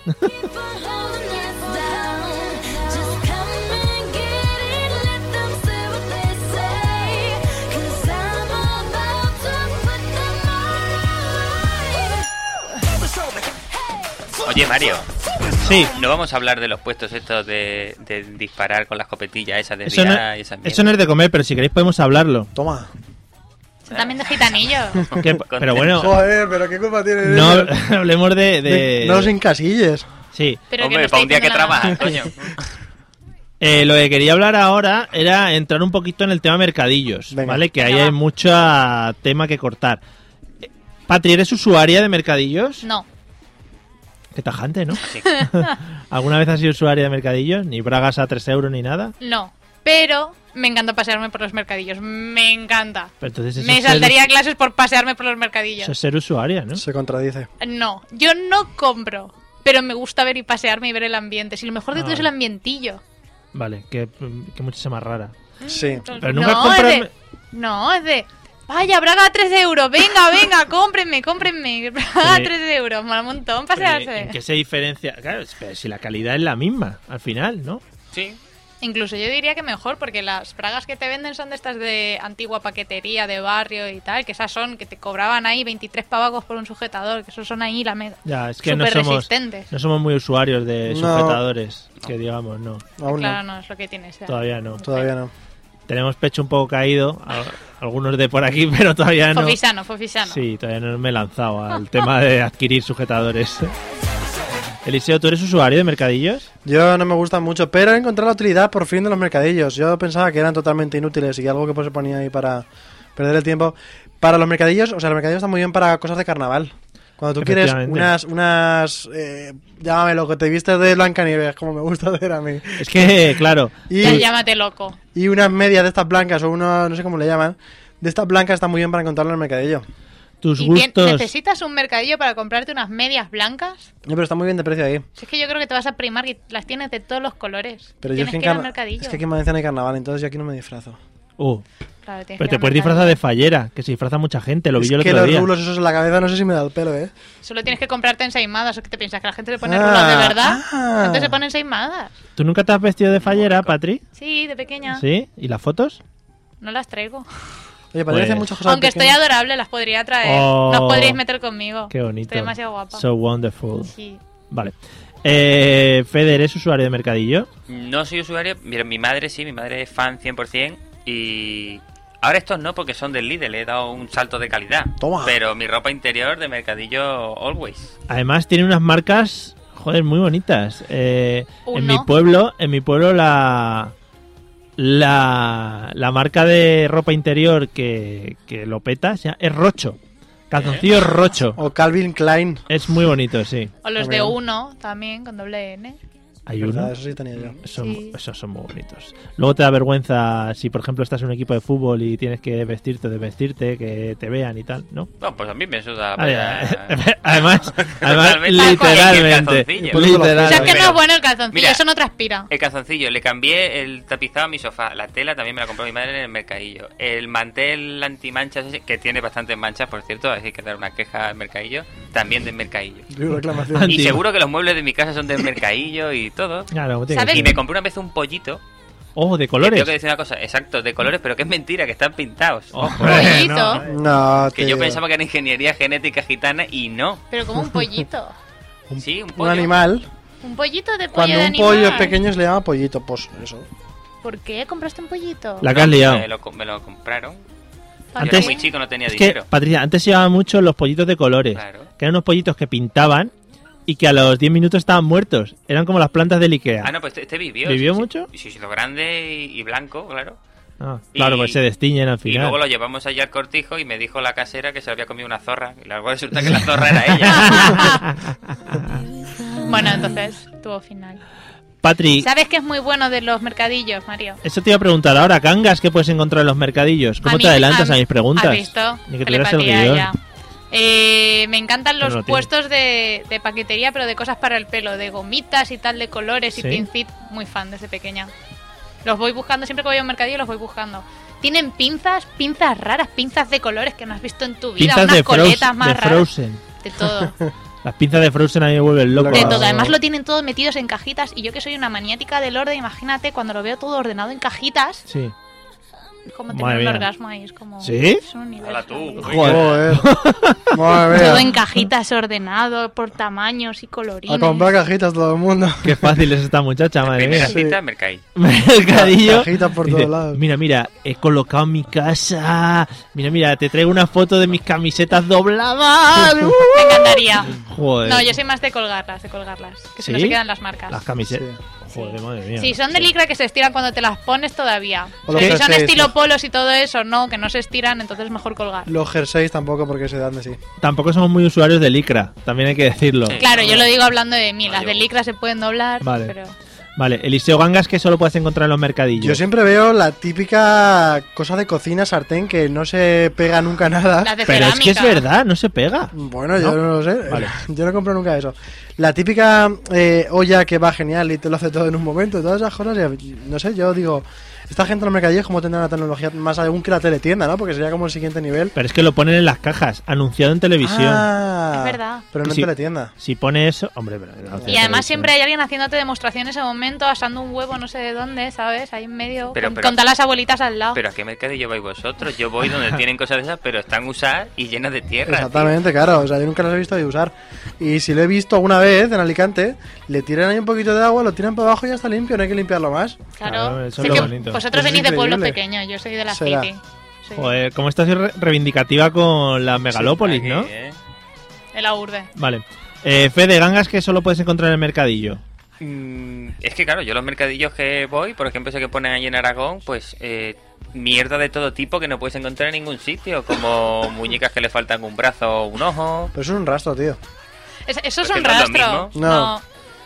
Speaker 6: Oye, Mario,
Speaker 4: Sí.
Speaker 6: no vamos a hablar de los puestos estos de, de disparar con las copetillas esas de
Speaker 4: Eso no,
Speaker 6: Rihanna y esas
Speaker 4: eso no es de comer, pero si queréis podemos hablarlo.
Speaker 5: Toma.
Speaker 7: Son también de gitanillos.
Speaker 4: Que- pero bueno,
Speaker 5: Joder, pero qué culpa tiene.
Speaker 4: no hablemos de... de-
Speaker 5: No los encasilles.
Speaker 4: sí.
Speaker 7: Pero que no
Speaker 6: Hombre,
Speaker 7: estoy
Speaker 6: para un día que
Speaker 7: diciendo nada.
Speaker 6: trabaja, coño.
Speaker 4: Eh, lo que quería hablar ahora era entrar un poquito en el tema mercadillos,
Speaker 5: Venga.
Speaker 4: ¿vale? Que ahí
Speaker 7: Venga,
Speaker 4: hay
Speaker 7: va.
Speaker 4: mucho ah, tema que cortar. Eh, Patri, ¿eres usuaria de mercadillos?
Speaker 7: No,
Speaker 4: Qué tajante, ¿no?
Speaker 6: Sí.
Speaker 4: ¿Alguna vez has sido usuaria de mercadillos? Ni bragas a 3 euros ni nada.
Speaker 7: no. Pero me encanta pasearme por los mercadillos. Me encanta.
Speaker 4: Pero entonces eso
Speaker 7: Me
Speaker 4: es ser-
Speaker 7: saltaría clases por pasearme por los mercadillos.
Speaker 4: eso es ser usuaria, ¿no?
Speaker 5: Se contradice.
Speaker 7: No, yo no compro, pero me gusta ver y pasearme y ver el ambiente. Si lo mejor de
Speaker 4: Ah,
Speaker 7: todo es el
Speaker 4: vale.
Speaker 7: ambientillo.
Speaker 4: Vale, que, que muchísima rara.
Speaker 7: Ah,
Speaker 5: Sí.
Speaker 4: Pero nunca
Speaker 7: no,
Speaker 4: compras-
Speaker 7: es de, no, es de... Vaya, Braga a 3 euros. Venga, venga, cómprenme, cómprenme. Braga a
Speaker 4: Oye,
Speaker 7: 3 euros. Mola un montón
Speaker 4: Pero, Eh, ¿En
Speaker 7: pasearse.
Speaker 4: qué se diferencia? Claro, es- pero si la calidad es la misma, al final, ¿no?
Speaker 6: Sí.
Speaker 7: Incluso yo diría que mejor, porque las bragas que te venden son de estas de antigua paquetería, de barrio y tal, que esas son, que te cobraban ahí 23 pavagos por un sujetador, que esos son ahí la meda.
Speaker 4: Ya, es que no
Speaker 7: Súper
Speaker 4: somos,
Speaker 7: resistentes.
Speaker 4: no somos muy usuarios de
Speaker 5: No.
Speaker 4: sujetadores, que digamos, no.
Speaker 5: Aún
Speaker 7: Claro,
Speaker 5: no.
Speaker 7: no, es lo que tienes. ya.
Speaker 4: Todavía no.
Speaker 5: Todavía no.
Speaker 4: Tenemos pecho un poco caído, a- algunos de por aquí, pero todavía no.
Speaker 7: Fofisano, fofisano.
Speaker 4: Sí, todavía no me he lanzado al tema de adquirir sujetadores. Eliseo, ¿tú eres usuario de mercadillos?
Speaker 5: Yo no me gustan mucho, pero he encontrado la utilidad por fin de los mercadillos. Yo pensaba que eran totalmente inútiles y que algo que pues, se ponía ahí para perder el tiempo. Para los mercadillos, o sea, los mercadillos están muy bien para cosas de carnaval. Cuando tú quieres
Speaker 4: Efectivamente.
Speaker 5: unas, unas, eh, llámame lo que te viste de Blancanieves, como me gusta hacer a mí.
Speaker 4: Es que, claro,
Speaker 5: Y,
Speaker 7: Ya llámate loco.
Speaker 5: y unas medias de estas blancas o unos, no sé cómo le llaman, de estas blancas está muy bien para encontrarlo en el mercadillo.
Speaker 4: Tus
Speaker 7: ¿Y bien,
Speaker 4: gustos.
Speaker 7: necesitas un mercadillo para comprarte unas medias blancas?
Speaker 5: No, pero está muy bien de precio ahí.
Speaker 7: Si es que yo creo que te vas a primar y las tienes de todos los colores.
Speaker 5: Pero yo es
Speaker 7: tienes
Speaker 5: que, en
Speaker 7: que ir al
Speaker 5: carna-
Speaker 7: mercadillo.
Speaker 5: es que aquí en Valencia no hay carnaval, entonces yo aquí no me disfrazo.
Speaker 4: Uh,
Speaker 7: Claro,
Speaker 4: pero
Speaker 7: tienes que ir
Speaker 4: te
Speaker 7: al
Speaker 4: puedes
Speaker 7: mercadillo.
Speaker 4: disfrazar de fallera, que se disfraza mucha gente, lo vi
Speaker 5: es
Speaker 4: yo el
Speaker 5: que
Speaker 4: otro
Speaker 5: los
Speaker 4: día.
Speaker 5: rulos esos en la cabeza no sé si me da el pelo, ¿eh?
Speaker 7: Solo tienes que comprarte ensaimadas. ¿O qué te piensas? ¿Que la gente le pone
Speaker 5: Ah,
Speaker 7: rulos de verdad?
Speaker 5: ah.
Speaker 7: Antes se ponen ensaimadas.
Speaker 4: ¿Tú nunca te has vestido de fallera, Patri?
Speaker 7: Sí, de pequeña.
Speaker 4: ¿Sí? ¿Y las fotos?
Speaker 7: No las traigo.
Speaker 5: Oye, parece
Speaker 4: Pues-
Speaker 5: muchas cosas
Speaker 7: Aunque estoy
Speaker 5: pequeñas.
Speaker 7: adorable, las podría traer.
Speaker 4: Oh,
Speaker 7: No os podríais meter conmigo.
Speaker 4: Qué bonito.
Speaker 7: Estoy demasiado guapa.
Speaker 4: So wonderful.
Speaker 7: Sí.
Speaker 4: Vale. Eh, Feder, ¿eres usuario de Mercadillo?
Speaker 6: No soy usuario, pero mi madre sí, mi madre es fan 100% y ahora estos no porque son del líder, le he dado un salto de calidad.
Speaker 5: Toma.
Speaker 6: Pero mi ropa interior de mercadillo always.
Speaker 4: Además tiene unas marcas, joder, muy bonitas. Eh, en
Speaker 7: Uno.
Speaker 4: mi pueblo, en mi pueblo la la, la marca de ropa interior que, que lo peta se llama- es Rocho.
Speaker 7: ¿Eh?
Speaker 4: Calzoncillos Rocho.
Speaker 5: O Calvin Klein.
Speaker 4: Es muy bonito, sí.
Speaker 7: O los
Speaker 5: Está
Speaker 7: de
Speaker 5: bien.
Speaker 7: uno también, con doble N.
Speaker 4: Hay
Speaker 5: Verdad,
Speaker 4: uno.
Speaker 5: Eso sí tenía yo.
Speaker 4: Son,
Speaker 7: Sí.
Speaker 4: Esos son muy bonitos. Luego te da vergüenza si, por ejemplo, estás en un equipo de fútbol y tienes que vestirte o desvestirte, que te vean y tal, ¿no?
Speaker 6: No, pues a mí me suda.
Speaker 4: Ah,
Speaker 6: para-
Speaker 4: ya. además, además
Speaker 6: Totalmente.
Speaker 4: literalmente,
Speaker 6: Calzoncillo.
Speaker 5: Claro,
Speaker 7: O sea, es que
Speaker 4: literalmente.
Speaker 7: no
Speaker 6: pero-
Speaker 7: es bueno el calzoncillo,
Speaker 6: Mira.
Speaker 7: eso no transpira.
Speaker 6: El calzoncillo, le cambié el tapizado a mi sofá. La tela también me la compró mi madre en el mercadillo. El mantel antimanchas, ese, que tiene bastantes manchas, por cierto, así que dar una queja al mercadillo, también del mercadillo.
Speaker 5: Yo reclamación.
Speaker 4: Anti-
Speaker 6: Y seguro que los muebles de mi casa son del mercadillo y todo.
Speaker 4: Claro, como tiene que
Speaker 7: ¿Sabes?
Speaker 6: Y
Speaker 4: ser.
Speaker 6: me compré una vez un pollito.
Speaker 4: Oh, de
Speaker 6: que Tengo que
Speaker 4: colores.
Speaker 6: decir una cosa, exacto, de colores, pero que es mentira, que están pintados.
Speaker 4: Oh,
Speaker 6: Ojo,
Speaker 7: Pollito.
Speaker 5: No,
Speaker 6: que
Speaker 5: tío.
Speaker 6: yo pensaba que era ingeniería genética gitana y no.
Speaker 7: Pero como un pollito.
Speaker 6: Sí, un pollo.
Speaker 5: Un animal.
Speaker 7: Un pollito de pollo
Speaker 5: Cuando
Speaker 7: de
Speaker 5: un pollo es
Speaker 7: animal.
Speaker 5: pequeño se le llama pollito, pues eso.
Speaker 7: ¿Por qué compraste un pollito?
Speaker 4: La que has
Speaker 6: Me
Speaker 4: liado.
Speaker 6: lo, co- me lo compraron.
Speaker 7: ¿Para
Speaker 6: Yo era
Speaker 4: Antes-
Speaker 6: muy chico, no tenía
Speaker 4: Es que,
Speaker 6: dinero.
Speaker 4: Patricia, antes se llevaban mucho los pollitos de colores.
Speaker 6: Claro.
Speaker 4: Que eran unos pollitos que pintaban y que a los 10 minutos estaban muertos. Eran como las plantas del Ikea.
Speaker 6: Ah, no, pues este- este vivió.
Speaker 4: ¿Vivió
Speaker 6: sí, sí.
Speaker 4: mucho?
Speaker 6: Sí, sí, lo grande y y blanco, claro.
Speaker 4: Ah, claro,
Speaker 6: Y-
Speaker 4: pues se destiñen al
Speaker 6: Y luego
Speaker 4: final.
Speaker 6: lo llevamos allá al cortijo y me dijo la casera que se había comido una zorra. Y luego resulta que la zorra era ella.
Speaker 7: Bueno, entonces tuvo final.
Speaker 4: Patri,
Speaker 7: ¿Sabes qué es muy bueno de los mercadillos, Mario?
Speaker 4: eso te iba a preguntar ahora. Cangas, ¿qué puedes encontrar en los mercadillos? ¿Cómo
Speaker 7: mí-
Speaker 4: te adelantas a,
Speaker 7: mí-
Speaker 4: mis preguntas?
Speaker 7: ¿Has visto?
Speaker 4: Ni que tuvieras el
Speaker 7: Telepatía
Speaker 4: guión.
Speaker 7: ya. Eh, me encantan
Speaker 4: Pero
Speaker 7: los
Speaker 4: no tiene.
Speaker 7: puestos de, de paquetería, pero de cosas para el pelo, de gomitas y tal, de colores
Speaker 4: ¿Sí?
Speaker 7: y pincit. Muy fan desde pequeña. Los voy buscando, siempre que voy a un mercadillo los voy buscando. Tienen pinzas, pinzas raras, pinzas de colores que no has visto en tu vida,
Speaker 4: Pinzas
Speaker 7: unas
Speaker 4: de, Frozen-
Speaker 7: coletas más
Speaker 4: de
Speaker 7: raras.
Speaker 4: Frozen.
Speaker 7: De todo.
Speaker 4: Las pinzas de Frozen a mí me vuelven loco.
Speaker 7: De
Speaker 5: Claro.
Speaker 7: todo, además lo tienen todos metidos en cajitas y yo que soy una maniática del orden, imagínate cuando lo veo todo ordenado en cajitas,
Speaker 4: Sí.
Speaker 7: es como
Speaker 4: Madre
Speaker 7: tener un
Speaker 4: mía.
Speaker 7: orgasmo ahí, es como
Speaker 4: ¿Sí?
Speaker 7: es un universo
Speaker 6: Hala tú.
Speaker 7: ahí.
Speaker 5: Joder. Madre mía.
Speaker 7: Todo en cajitas ordenado, por tamaños y colorines.
Speaker 5: A comprar cajitas todo el mundo.
Speaker 4: Qué fácil es esta muchacha, madre
Speaker 6: Primera
Speaker 4: mía.
Speaker 6: cita, mercadillo.
Speaker 4: Mercadillo.
Speaker 5: Cajitas por
Speaker 4: Dice,
Speaker 5: todos lados.
Speaker 4: Mira, mira, he colocado mi casa. Mira, mira, te traigo una foto de mis camisetas dobladas. Uh,
Speaker 7: Ah, Me encantaría.
Speaker 4: Joder.
Speaker 7: No, yo soy más de colgarlas, de colgarlas. Que si no
Speaker 4: ¿Sí?
Speaker 7: se quedan las marcas.
Speaker 4: Las camisetas. Joder, madre mía.
Speaker 7: Si son de licra que se estiran cuando te las pones todavía.
Speaker 5: O los
Speaker 7: Si son
Speaker 5: jerseys,
Speaker 7: estilo
Speaker 5: ¿no?
Speaker 7: polos y todo eso, no, que no se estiran, entonces es mejor colgar.
Speaker 5: Los jerseys tampoco porque se dan de sí.
Speaker 4: Tampoco somos muy usuarios de licra, también hay que decirlo.
Speaker 6: Sí.
Speaker 7: Claro, yo lo digo hablando de mí. Las
Speaker 6: yo-
Speaker 7: de licra se pueden doblar,
Speaker 4: Vale.
Speaker 7: pero...
Speaker 4: Vale, Eliseo Gangas que solo puedes encontrar en los mercadillos.
Speaker 5: Yo siempre veo la típica cosa de cocina sartén que no se pega nunca nada.
Speaker 7: Las de
Speaker 4: Pero es que es
Speaker 7: cerámica.
Speaker 4: verdad, no se pega.
Speaker 5: Bueno, yo
Speaker 4: ¿No?
Speaker 5: no lo sé.
Speaker 4: Vale.
Speaker 5: Yo no compro nunca eso. La típica eh, olla que va genial y te lo hace todo en un momento, todas esas cosas. y- No sé, yo digo, esta gente en los mercadillos, ¿cómo tendrá la tecnología? Más aún que la teletienda, ¿no? Porque sería como el siguiente nivel.
Speaker 4: Pero es que lo ponen en las cajas, anunciado en televisión.
Speaker 5: Ah,
Speaker 7: Es verdad.
Speaker 5: Pero no
Speaker 4: Sí.
Speaker 5: en teletienda.
Speaker 4: Si pone eso, hombre, pero
Speaker 7: Y además siempre hay alguien haciéndote demostraciones en ese momento, asando un huevo no sé de dónde, ¿sabes? Ahí en medio,
Speaker 6: Pero-
Speaker 7: con,
Speaker 6: pero-
Speaker 7: con todas las abuelitas al lado.
Speaker 6: Pero ¿a qué mercadillo vais vosotros? Yo voy donde tienen cosas de esas, pero están usadas y llenas de tierra.
Speaker 5: Exactamente, claro. O sea, yo nunca las he visto de usar. Y si lo he visto alguna vez en Alicante, le tiran ahí un poquito de agua, lo tiran para abajo y ya está limpio, no hay que limpiarlo más.
Speaker 7: Claro,
Speaker 4: Claro, eso es
Speaker 7: Sí
Speaker 4: lo
Speaker 7: que
Speaker 4: bonito.
Speaker 7: vosotros
Speaker 5: Eso es
Speaker 7: venís de pueblos
Speaker 5: increíble.
Speaker 7: pequeños, yo soy de la
Speaker 5: Será.
Speaker 7: City. Sí,
Speaker 4: Joder, como estás re- reivindicativa con la megalópolis,
Speaker 6: Aquí,
Speaker 4: ¿no?
Speaker 6: ¿eh?
Speaker 7: de la urbe.
Speaker 4: Vale. Eh, Fede, gangas que solo puedes encontrar en el mercadillo.
Speaker 6: Mm, Es que claro, yo los mercadillos que voy, por ejemplo, ese que ponen ahí en Aragón, pues eh, mierda de todo tipo que no puedes encontrar en ningún sitio, como muñecas que le faltan un brazo o un ojo.
Speaker 5: Pero eso es un rastro, tío.
Speaker 7: Es- eso es
Speaker 6: Porque
Speaker 7: un
Speaker 6: no es lo
Speaker 7: rastro.
Speaker 6: mismo.
Speaker 5: No.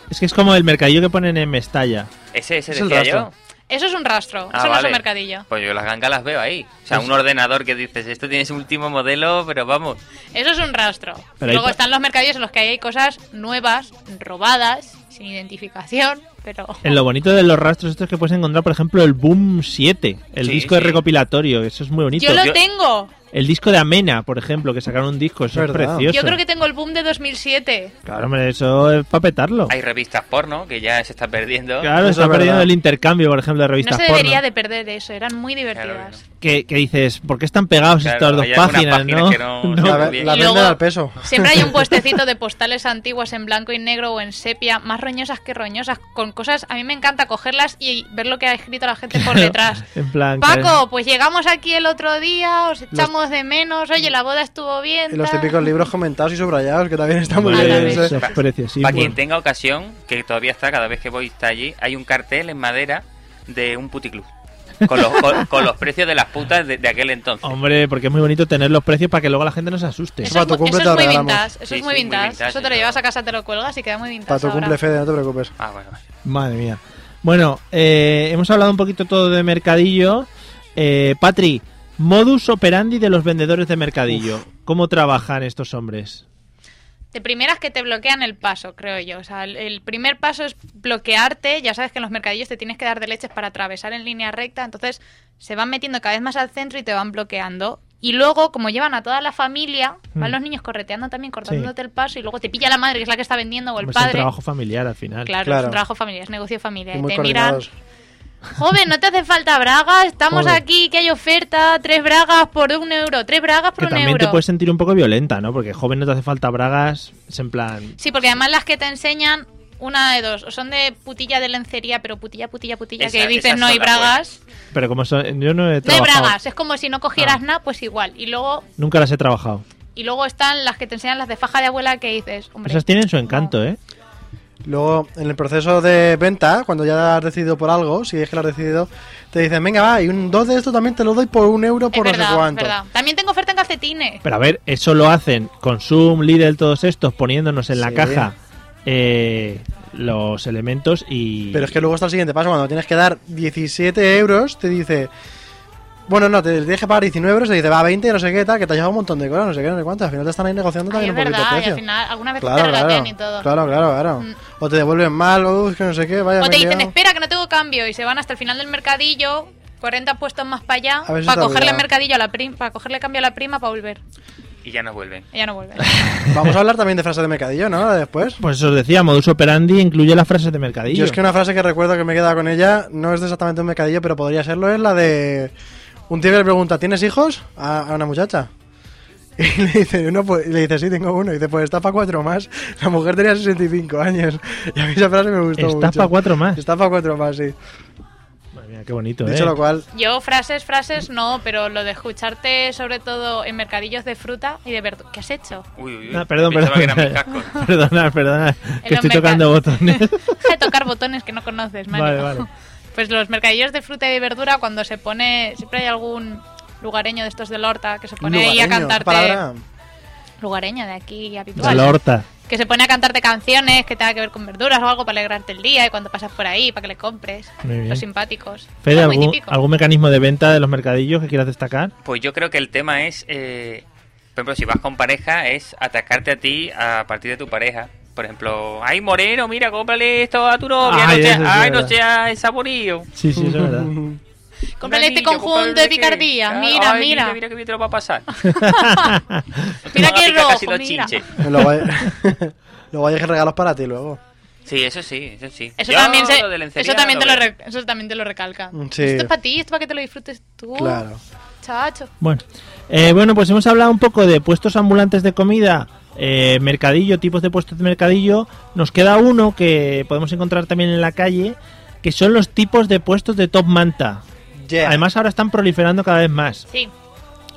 Speaker 4: Es que es como el mercadillo que ponen en Mestalla.
Speaker 6: Ese, ese
Speaker 5: Es el
Speaker 6: decía yo.
Speaker 5: rastro.
Speaker 7: Eso es un rastro,
Speaker 6: Ah,
Speaker 7: eso no es
Speaker 6: vale.
Speaker 7: un mercadillo.
Speaker 6: Pues yo las gangas las veo ahí. O sea, un ordenador que dices, esto tiene su último modelo, pero vamos.
Speaker 7: Eso es un rastro.
Speaker 4: Pero ahí
Speaker 7: Luego
Speaker 4: pa-
Speaker 7: están los mercadillos en los que hay cosas nuevas, robadas, sin identificación, pero...
Speaker 4: En lo bonito de los rastros estos que puedes encontrar, por ejemplo, el Boom 7, el
Speaker 6: Sí,
Speaker 4: disco de
Speaker 6: sí.
Speaker 4: recopilatorio, eso es muy bonito.
Speaker 7: Yo lo
Speaker 6: Yo-
Speaker 7: tengo.
Speaker 4: El disco de Amena, por ejemplo, que sacaron un disco, eso es,
Speaker 5: Verdad.
Speaker 4: precioso.
Speaker 7: Yo creo que tengo el boom de 2007.
Speaker 4: Claro, hombre, eso es para petarlo.
Speaker 6: Hay revistas porno que ya se está perdiendo.
Speaker 4: Claro,
Speaker 5: Eso
Speaker 4: está
Speaker 5: es verdad.
Speaker 4: perdiendo el intercambio, por ejemplo, de
Speaker 7: No
Speaker 4: revistas
Speaker 7: se
Speaker 4: porno.
Speaker 7: debería de perder eso, eran muy divertidas.
Speaker 6: Claro
Speaker 4: que, que dices, ¿por qué están pegados
Speaker 6: Claro,
Speaker 4: estas dos
Speaker 6: hay algunas
Speaker 4: páginas,
Speaker 6: páginas
Speaker 4: no?
Speaker 6: que no-
Speaker 4: No.
Speaker 6: Muy
Speaker 5: La, ve-
Speaker 6: bien.
Speaker 5: la
Speaker 7: Y luego-
Speaker 5: venden al peso.
Speaker 7: Siempre hay un puestecito de postales antiguas en blanco y negro o en sepia, más roñosas que roñosas, con cosas. A mí me encanta cogerlas y ver lo que ha escrito la gente por detrás.
Speaker 4: En plan,
Speaker 7: Paco, pues llegamos aquí el otro día, os echamos de menos, oye, la boda estuvo bien.
Speaker 5: Y los
Speaker 7: tal.
Speaker 5: típicos libros comentados y subrayados, que también están muy
Speaker 4: Hombre,
Speaker 7: A la
Speaker 5: bien.
Speaker 7: vez.
Speaker 4: eso
Speaker 5: eso.
Speaker 4: es preciosísimo.
Speaker 6: Para quien tenga ocasión, que todavía está, cada vez que voy está allí, hay un cartel en madera de un puticlub. Con los, con, con los precios de las putas de, de aquel entonces.
Speaker 4: Hombre, porque es muy bonito tener los precios para que luego la gente no se asuste.
Speaker 7: Eso,
Speaker 5: Para
Speaker 7: es,
Speaker 5: tu
Speaker 7: mu-
Speaker 5: cumple te
Speaker 7: eso es
Speaker 5: lo
Speaker 7: muy
Speaker 5: regalamos.
Speaker 7: vintage, eso
Speaker 6: Sí,
Speaker 7: es muy
Speaker 6: sí, muy
Speaker 7: vintage.
Speaker 6: vintage,
Speaker 7: eso te lo
Speaker 6: sí,
Speaker 7: llevas
Speaker 6: claro.
Speaker 7: a casa, te lo cuelgas y queda muy vintage.
Speaker 5: Para tu
Speaker 7: ahora.
Speaker 5: cumple, Fede, no te preocupes.
Speaker 6: Ah, bueno, vale.
Speaker 4: Madre mía. Bueno, eh, hemos hablado un poquito todo de mercadillo. Eh, Patri, modus operandi de los vendedores de mercadillo. ¿Cómo trabajan estos hombres?
Speaker 7: De primeras que te bloquean el paso, creo yo. O sea, el, el primer paso es bloquearte. Ya sabes que en los mercadillos te tienes que dar de leches para atravesar en línea recta. Entonces se van metiendo cada vez más al centro y te van bloqueando. Y luego, como llevan a toda la familia, van
Speaker 4: Mm.
Speaker 7: los niños correteando también, cortándote el paso. Y luego te pilla la madre, que es la que está vendiendo, o el
Speaker 4: Como es un
Speaker 7: padre.
Speaker 4: trabajo familiar al final.
Speaker 7: Claro, es
Speaker 5: Claro.
Speaker 7: un trabajo familiar, es negocio familiar.
Speaker 5: Y
Speaker 7: Y
Speaker 5: muy
Speaker 7: te miran,
Speaker 5: coordinados.
Speaker 7: joven, no te hace falta bragas, estamos
Speaker 4: Joder.
Speaker 7: aquí, que hay oferta, tres bragas por un euro, tres bragas por
Speaker 4: Que
Speaker 7: un
Speaker 4: también
Speaker 7: euro.
Speaker 4: te puedes sentir un poco violenta, ¿no? Porque joven no te hace falta bragas, es en plan...
Speaker 7: Sí, porque además las que te enseñan, una de dos, o son de putilla de lencería, pero putilla, putilla, putilla,
Speaker 6: Esa-
Speaker 7: que
Speaker 6: esas
Speaker 7: dicen no
Speaker 6: son
Speaker 7: hay
Speaker 6: las
Speaker 7: bragas.
Speaker 4: Pero como son- yo no he
Speaker 7: No hay
Speaker 4: trabajado...
Speaker 7: bragas, es como si no cogieras
Speaker 4: Ah.
Speaker 7: nada, pues igual. Y luego,
Speaker 4: Nunca las he trabajado.
Speaker 7: y luego están las que te enseñan las de faja de abuela que dices, hombre.
Speaker 4: Esas tienen su encanto, ¿eh?
Speaker 5: Luego, en el proceso de venta, cuando ya has decidido por algo, si es que lo has decidido, te dicen, venga, va, y un dos de esto también te lo doy por un euro
Speaker 7: Es
Speaker 5: por no
Speaker 7: verdad,
Speaker 5: sé
Speaker 7: es
Speaker 5: cuánto.
Speaker 7: verdad. También tengo oferta en calcetines.
Speaker 4: Pero a ver, eso lo hacen con Zoom, Lidl, todos estos, poniéndonos en la
Speaker 5: Sí.
Speaker 4: caja eh, los elementos y...
Speaker 5: Pero es que luego está el siguiente paso, cuando tienes que dar 17 euros, te dice... Bueno, no, te tienes que pagar 19 euros, te dice, va, 20, no sé qué, tal, que te ha llevado un montón de cosas, no sé qué, no sé cuánto. Al final te están ahí negociando
Speaker 7: Ay,
Speaker 5: también un
Speaker 7: es
Speaker 5: poquito el
Speaker 7: verdad, y
Speaker 5: precio.
Speaker 7: al final algunas veces te
Speaker 5: Claro,
Speaker 7: regatean
Speaker 5: claro,
Speaker 7: y todo.
Speaker 5: claro, claro, claro.
Speaker 7: Mm.
Speaker 5: O te devuelven mal, uff, que no sé qué, vaya.
Speaker 7: O
Speaker 5: me
Speaker 7: te
Speaker 5: he
Speaker 7: dicen,
Speaker 5: liado.
Speaker 7: espera, que no tengo cambio, y se van hasta el final del mercadillo, 40 puestos más para allá,
Speaker 5: A ver si está
Speaker 7: para cogerle
Speaker 5: obligado.
Speaker 7: mercadillo a la prima, para cogerle cambio a la prima para volver.
Speaker 6: Y ya no vuelven.
Speaker 7: Ella no vuelve.
Speaker 5: Vamos a hablar también de frases de mercadillo, ¿no? Ahora Después.
Speaker 4: Pues eso os decía, modus operandi incluye las frases de mercadillo.
Speaker 5: Yo es que una frase que recuerdo que me he quedado con ella, no es exactamente un mercadillo, pero podría serlo, es la de... Un tío que le pregunta, ¿tienes hijos? A, a una muchacha. Y le dice, uno, pues, y le dice, sí, tengo uno. Y dice, pues está para cuatro más. La mujer tenía 65 años. Y a mí esa frase me gustó mucho.
Speaker 4: Está para cuatro más.
Speaker 5: Está para cuatro más, sí.
Speaker 4: Madre mía, qué bonito,
Speaker 5: Dicho
Speaker 4: ¿eh?
Speaker 5: lo cual,
Speaker 7: Yo frases, frases no, pero lo de escucharte sobre todo en mercadillos de fruta y de verdura. ¿Qué has hecho?
Speaker 6: Uy, uy, uy.
Speaker 4: Ah, perdón,
Speaker 6: Pensaba
Speaker 4: perdón.
Speaker 6: que eran mis cascos.
Speaker 4: Perdona, perdona, que
Speaker 7: los
Speaker 4: estoy
Speaker 7: merca-
Speaker 4: tocando botones.
Speaker 7: Deja de tocar botones que no conoces, Mario.
Speaker 4: Vale, vale.
Speaker 7: Pues los mercadillos de fruta y de verdura cuando se pone... Siempre hay algún lugareño de estos de la horta que se pone ahí a
Speaker 5: lugareño,
Speaker 7: cantarte...
Speaker 5: palabra.
Speaker 7: Lugareño de aquí habitual.
Speaker 4: De la horta.
Speaker 7: Que se pone a cantarte canciones que tenga que ver con verduras o algo para alegrarte el día y cuando pasas por ahí para que le compres.
Speaker 4: Muy bien.
Speaker 7: Los simpáticos.
Speaker 4: Fede,
Speaker 7: Es muy
Speaker 4: ¿algún,
Speaker 7: típico.
Speaker 4: algún mecanismo de venta de los mercadillos que quieras destacar?
Speaker 6: Pues yo creo que el tema es, eh, por ejemplo, si vas con pareja, es atacarte a ti a partir de tu pareja. Por ejemplo, ay Moreno, mira, cómprale esto a tu novia,
Speaker 4: Ay,
Speaker 6: no sea-
Speaker 4: eso sí
Speaker 6: ay,
Speaker 4: es
Speaker 6: no
Speaker 4: verdad.
Speaker 6: sea ese amorío.
Speaker 4: Sí, sí, es verdad.
Speaker 7: Cómprale este
Speaker 6: Un anillo,
Speaker 7: conjunto
Speaker 6: cómprale
Speaker 7: de
Speaker 6: que-
Speaker 7: picardía.
Speaker 6: Claro,
Speaker 7: mira,
Speaker 6: ay,
Speaker 7: mira.
Speaker 6: Mira que bien te lo va a pasar.
Speaker 7: Mira qué
Speaker 6: que
Speaker 7: rojo, mira.
Speaker 5: Luego hay, luego hay regalos para ti, luego.
Speaker 6: Sí, eso sí, eso sí.
Speaker 7: Eso
Speaker 6: Yo
Speaker 7: también, se-
Speaker 6: lo de lencería
Speaker 7: eso, también
Speaker 6: no
Speaker 7: te lo
Speaker 6: veo.
Speaker 7: re- eso también te lo recalca.
Speaker 5: Mm, Sí.
Speaker 7: Esto es para ti, esto para que te lo disfrutes tú.
Speaker 5: Claro.
Speaker 7: Chacho.
Speaker 4: Bueno, eh, bueno, pues hemos hablado un poco de puestos ambulantes de comida, eh, mercadillo, tipos de puestos de mercadillo. Nos queda uno que podemos encontrar también en la calle, que son los tipos de puestos de top manta.
Speaker 5: Yeah.
Speaker 4: Además ahora están proliferando cada vez más.
Speaker 7: Sí.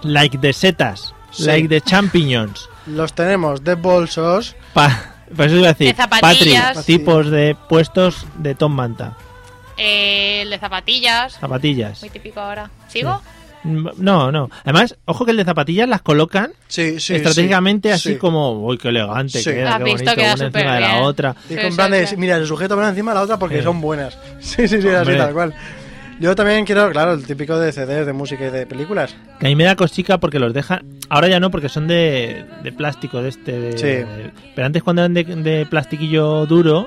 Speaker 4: Like de setas,
Speaker 5: Sí.
Speaker 4: like de champiñones.
Speaker 5: los tenemos de bolsos,
Speaker 4: Pa pues eso iba a decir,
Speaker 7: De zapatillas.
Speaker 4: Patri, tipos de puestos de top manta,
Speaker 7: Eh, el de zapatillas.
Speaker 5: Ah.
Speaker 4: zapatillas.
Speaker 7: Muy típico ahora. ¿Sigo?
Speaker 4: Mm, No, no. Además, ojo que el de zapatillas las colocan
Speaker 5: sí, sí,
Speaker 4: estratégicamente
Speaker 5: sí,
Speaker 4: así
Speaker 5: sí.
Speaker 4: como, uy, qué elegante,
Speaker 5: Sí.
Speaker 4: queda,
Speaker 7: Has
Speaker 4: qué
Speaker 7: visto,
Speaker 4: bonito,
Speaker 7: queda
Speaker 4: una encima de
Speaker 7: superbién.
Speaker 4: la otra.
Speaker 5: Y
Speaker 7: Sí,
Speaker 5: con
Speaker 7: sí,
Speaker 5: plan de,
Speaker 7: sí.
Speaker 5: mira, el sujeto va encima de la otra porque
Speaker 4: Sí.
Speaker 5: son buenas. Sí, sí, sí, así
Speaker 4: Hombre.
Speaker 5: tal cual. Yo también quiero, claro, el típico de CDs de música y de películas.
Speaker 4: Que a mí me da coschica porque los dejan. Ahora ya no, porque son de, de plástico de este. de-
Speaker 5: Sí.
Speaker 4: de- pero antes, cuando eran de, de plastiquillo duro,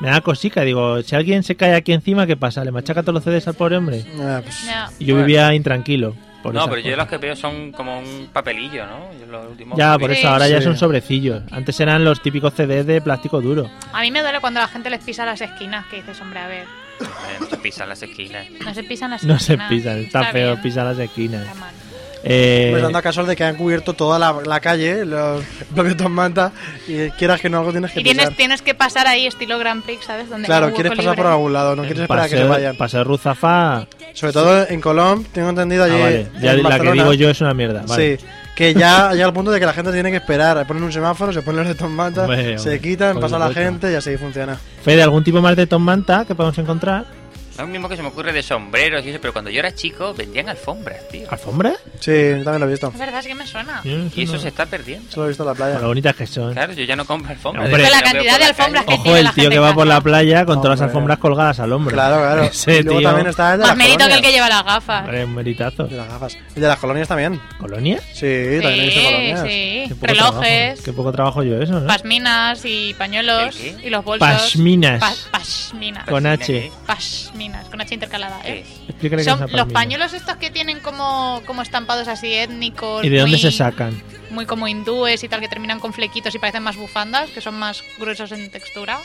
Speaker 4: me da coschica. Digo, si alguien se cae aquí encima, ¿qué pasa? ¿Le machaca todos los CDs al pobre hombre?
Speaker 5: Ah, pues,
Speaker 7: Ya.
Speaker 4: Y yo
Speaker 6: Bueno.
Speaker 4: vivía intranquilo. por
Speaker 6: No,
Speaker 4: esas
Speaker 6: pero yo
Speaker 4: cosas.
Speaker 6: los que veo son como un papelillo, ¿no? Yo los últimos
Speaker 4: Ya,
Speaker 6: que
Speaker 4: por
Speaker 6: vi- eh,
Speaker 4: eso ahora ya
Speaker 5: Sí.
Speaker 4: son sobrecillos. Antes eran los típicos CDs de plástico duro.
Speaker 7: A mí me duele cuando la gente les pisa las esquinas, que dices, hombre, a ver,
Speaker 6: Eh, no se pisan las esquinas.
Speaker 7: no se pisan las
Speaker 4: No se
Speaker 7: esquinas.
Speaker 4: pisan, está, feo
Speaker 7: bien,
Speaker 4: pisar las esquinas.
Speaker 7: está mal.
Speaker 4: Eh,
Speaker 5: pues dando a caso de que han cubierto toda la, la calle, los propios Tom Manta, y quieras que no algo tienes que
Speaker 7: Y este, tienes,
Speaker 5: pisar.
Speaker 7: tienes que pasar ahí estilo Grand Prix, ¿sabes? Donde hay
Speaker 5: Claro,
Speaker 7: un
Speaker 5: quieres
Speaker 7: hueco
Speaker 5: pasar por
Speaker 7: libre.
Speaker 5: algún lado, no quieres esperar a que se
Speaker 4: Eh, paseo-
Speaker 5: vayan.
Speaker 4: paseo Ruzafa.
Speaker 5: Sobre todo en Colón, tengo entendido
Speaker 4: Ah,
Speaker 5: allí.
Speaker 4: vale. Ya
Speaker 5: en
Speaker 4: la que
Speaker 5: Barcelona,
Speaker 4: digo yo es una mierda. Vale.
Speaker 5: Sí, que ya llega al punto de que la gente tiene que esperar. Ponen un semáforo, se ponen los de Tom Manta,
Speaker 4: Hombre,
Speaker 5: se
Speaker 4: hombre,
Speaker 5: quitan,
Speaker 4: por
Speaker 5: pasa la
Speaker 4: supuesto.
Speaker 5: gente y así funciona.
Speaker 4: Fede, ¿algún tipo más de Tom Manta que podemos encontrar?
Speaker 6: Lo mismo que se me ocurre de sombreros y eso, pero cuando yo era chico vendían alfombras, tío.
Speaker 4: ¿Alfombra?
Speaker 5: Sí, yo también lo he visto.
Speaker 7: Es verdad, es que me suena.
Speaker 4: Yo no sé,
Speaker 6: Y eso
Speaker 4: no.
Speaker 6: se está perdiendo.
Speaker 5: Solo he visto en la
Speaker 4: Con
Speaker 5: playa.
Speaker 4: Lo bonitas que son.
Speaker 6: Claro, yo ya no compro alfombras.
Speaker 4: Hombre.
Speaker 6: Desde
Speaker 7: Con la
Speaker 6: que veo
Speaker 7: cantidad
Speaker 6: por
Speaker 7: de
Speaker 6: la
Speaker 7: alfombras
Speaker 6: calle-
Speaker 7: que
Speaker 4: Ojo,
Speaker 7: tiene la
Speaker 4: el tío
Speaker 7: gente
Speaker 4: que va
Speaker 7: en
Speaker 4: por
Speaker 7: casa.
Speaker 4: la playa con todas las
Speaker 5: Hombre.
Speaker 4: alfombras colgadas al hombro.
Speaker 5: Claro, claro.
Speaker 4: Ese
Speaker 5: y luego
Speaker 4: tío.
Speaker 5: también está el de
Speaker 7: Más
Speaker 5: las
Speaker 7: mérito que el que
Speaker 5: colonias.
Speaker 7: lleva las gafas.
Speaker 4: Hombre, un meritazo.
Speaker 5: De las gafas. El de las colonias también.
Speaker 4: ¿Colonia?
Speaker 5: Sí, también he visto colonias.
Speaker 7: sí,
Speaker 4: Qué poco
Speaker 7: Relojes,
Speaker 4: trabajo. Qué poco trabajo yo eso, ¿no?
Speaker 7: pasminas y pañuelos
Speaker 6: ¿El qué?
Speaker 7: y los bolsos.
Speaker 4: ¿Eh? Pasminas.
Speaker 7: Pa- pasminas.
Speaker 4: Con
Speaker 6: Mira
Speaker 4: H.
Speaker 6: que-
Speaker 7: Pasminas, con H intercalada,
Speaker 6: ¿Qué
Speaker 7: ¿eh?
Speaker 6: es?
Speaker 4: Explícale qué
Speaker 7: Son
Speaker 4: es una
Speaker 7: los
Speaker 4: palmina.
Speaker 7: pañuelos estos que tienen como, como estampados así étnicos.
Speaker 4: ¿Y de dónde
Speaker 7: muy-
Speaker 4: se sacan?
Speaker 7: Muy como hindúes y tal, que terminan con flequitos y parecen más bufandas, que son más gruesos en textura.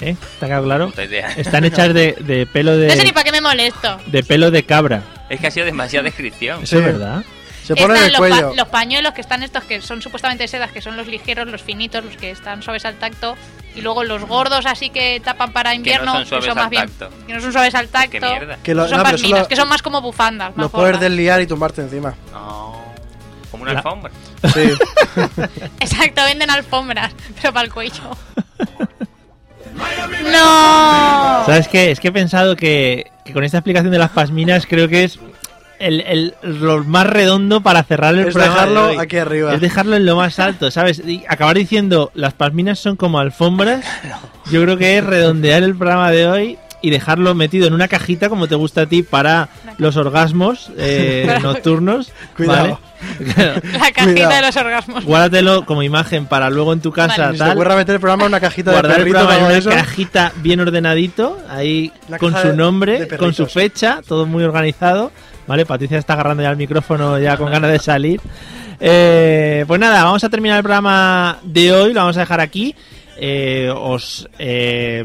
Speaker 4: ¿Eh? ¿Está claro?
Speaker 6: Puta idea.
Speaker 4: Están hechas de, de pelo
Speaker 7: No sé ni
Speaker 4: de,
Speaker 7: para qué me molesto.
Speaker 4: de pelo de cabra.
Speaker 6: Es que ha sido demasiada descripción.
Speaker 4: Eso es
Speaker 5: Sí.
Speaker 4: verdad.
Speaker 5: Se pone en
Speaker 7: Están
Speaker 5: el
Speaker 7: los, pa-
Speaker 5: cuello.
Speaker 7: los pañuelos que están estos que son supuestamente de sedas, que son los ligeros, los finitos, los que están suaves al tacto. Y luego los gordos así que tapan para invierno,
Speaker 6: son suaves al
Speaker 7: más bien-
Speaker 6: tacto. Pues
Speaker 7: que no son suaves al tacto.
Speaker 6: Qué mierda.
Speaker 5: Que lo-
Speaker 7: son
Speaker 5: no, pero
Speaker 7: pasminas,
Speaker 5: solo-
Speaker 7: que son más como bufandas. más
Speaker 5: Los puedes
Speaker 7: gordas.
Speaker 5: desliar y tumbarte encima.
Speaker 6: No. Como una
Speaker 4: La-
Speaker 6: alfombra.
Speaker 5: Sí.
Speaker 7: Exacto, venden alfombras, pero para el cuello. ¡No!
Speaker 4: ¿Sabes qué? Es que he pensado que, que con esta explicación de las pasminas creo que es el, el- lo más redondo para cerrar el
Speaker 5: es
Speaker 4: programa. de
Speaker 5: dejarlo
Speaker 4: hoy.
Speaker 5: aquí arriba.
Speaker 4: Es dejarlo en lo más alto, ¿sabes? Y acabar diciendo las pasminas son como alfombras. Yo creo que es redondear el programa de hoy y dejarlo metido en una cajita como te gusta a ti para los orgasmos eh, nocturnos.
Speaker 5: Cuidado.
Speaker 4: ¿vale? Claro.
Speaker 7: La cajita
Speaker 5: Cuidado.
Speaker 7: de los orgasmos.
Speaker 4: Guárdatelo como imagen para luego en tu casa.
Speaker 7: Vale.
Speaker 5: Si te
Speaker 4: tal,
Speaker 5: ocurra meter el programa en una cajita de
Speaker 4: guardar el
Speaker 5: perrito
Speaker 4: programa en
Speaker 5: todo
Speaker 4: una
Speaker 5: eso.
Speaker 4: cajita bien ordenadito, ahí
Speaker 5: Una
Speaker 4: con
Speaker 5: caja
Speaker 4: su
Speaker 5: de-
Speaker 4: nombre,
Speaker 5: de
Speaker 4: con su
Speaker 5: perritos.
Speaker 4: fecha, todo muy organizado. Vale, Patricia está agarrando ya el micrófono ya con ganas de salir. Eh, pues nada, vamos a terminar el programa de hoy, lo vamos a dejar aquí. Eh, os... eh,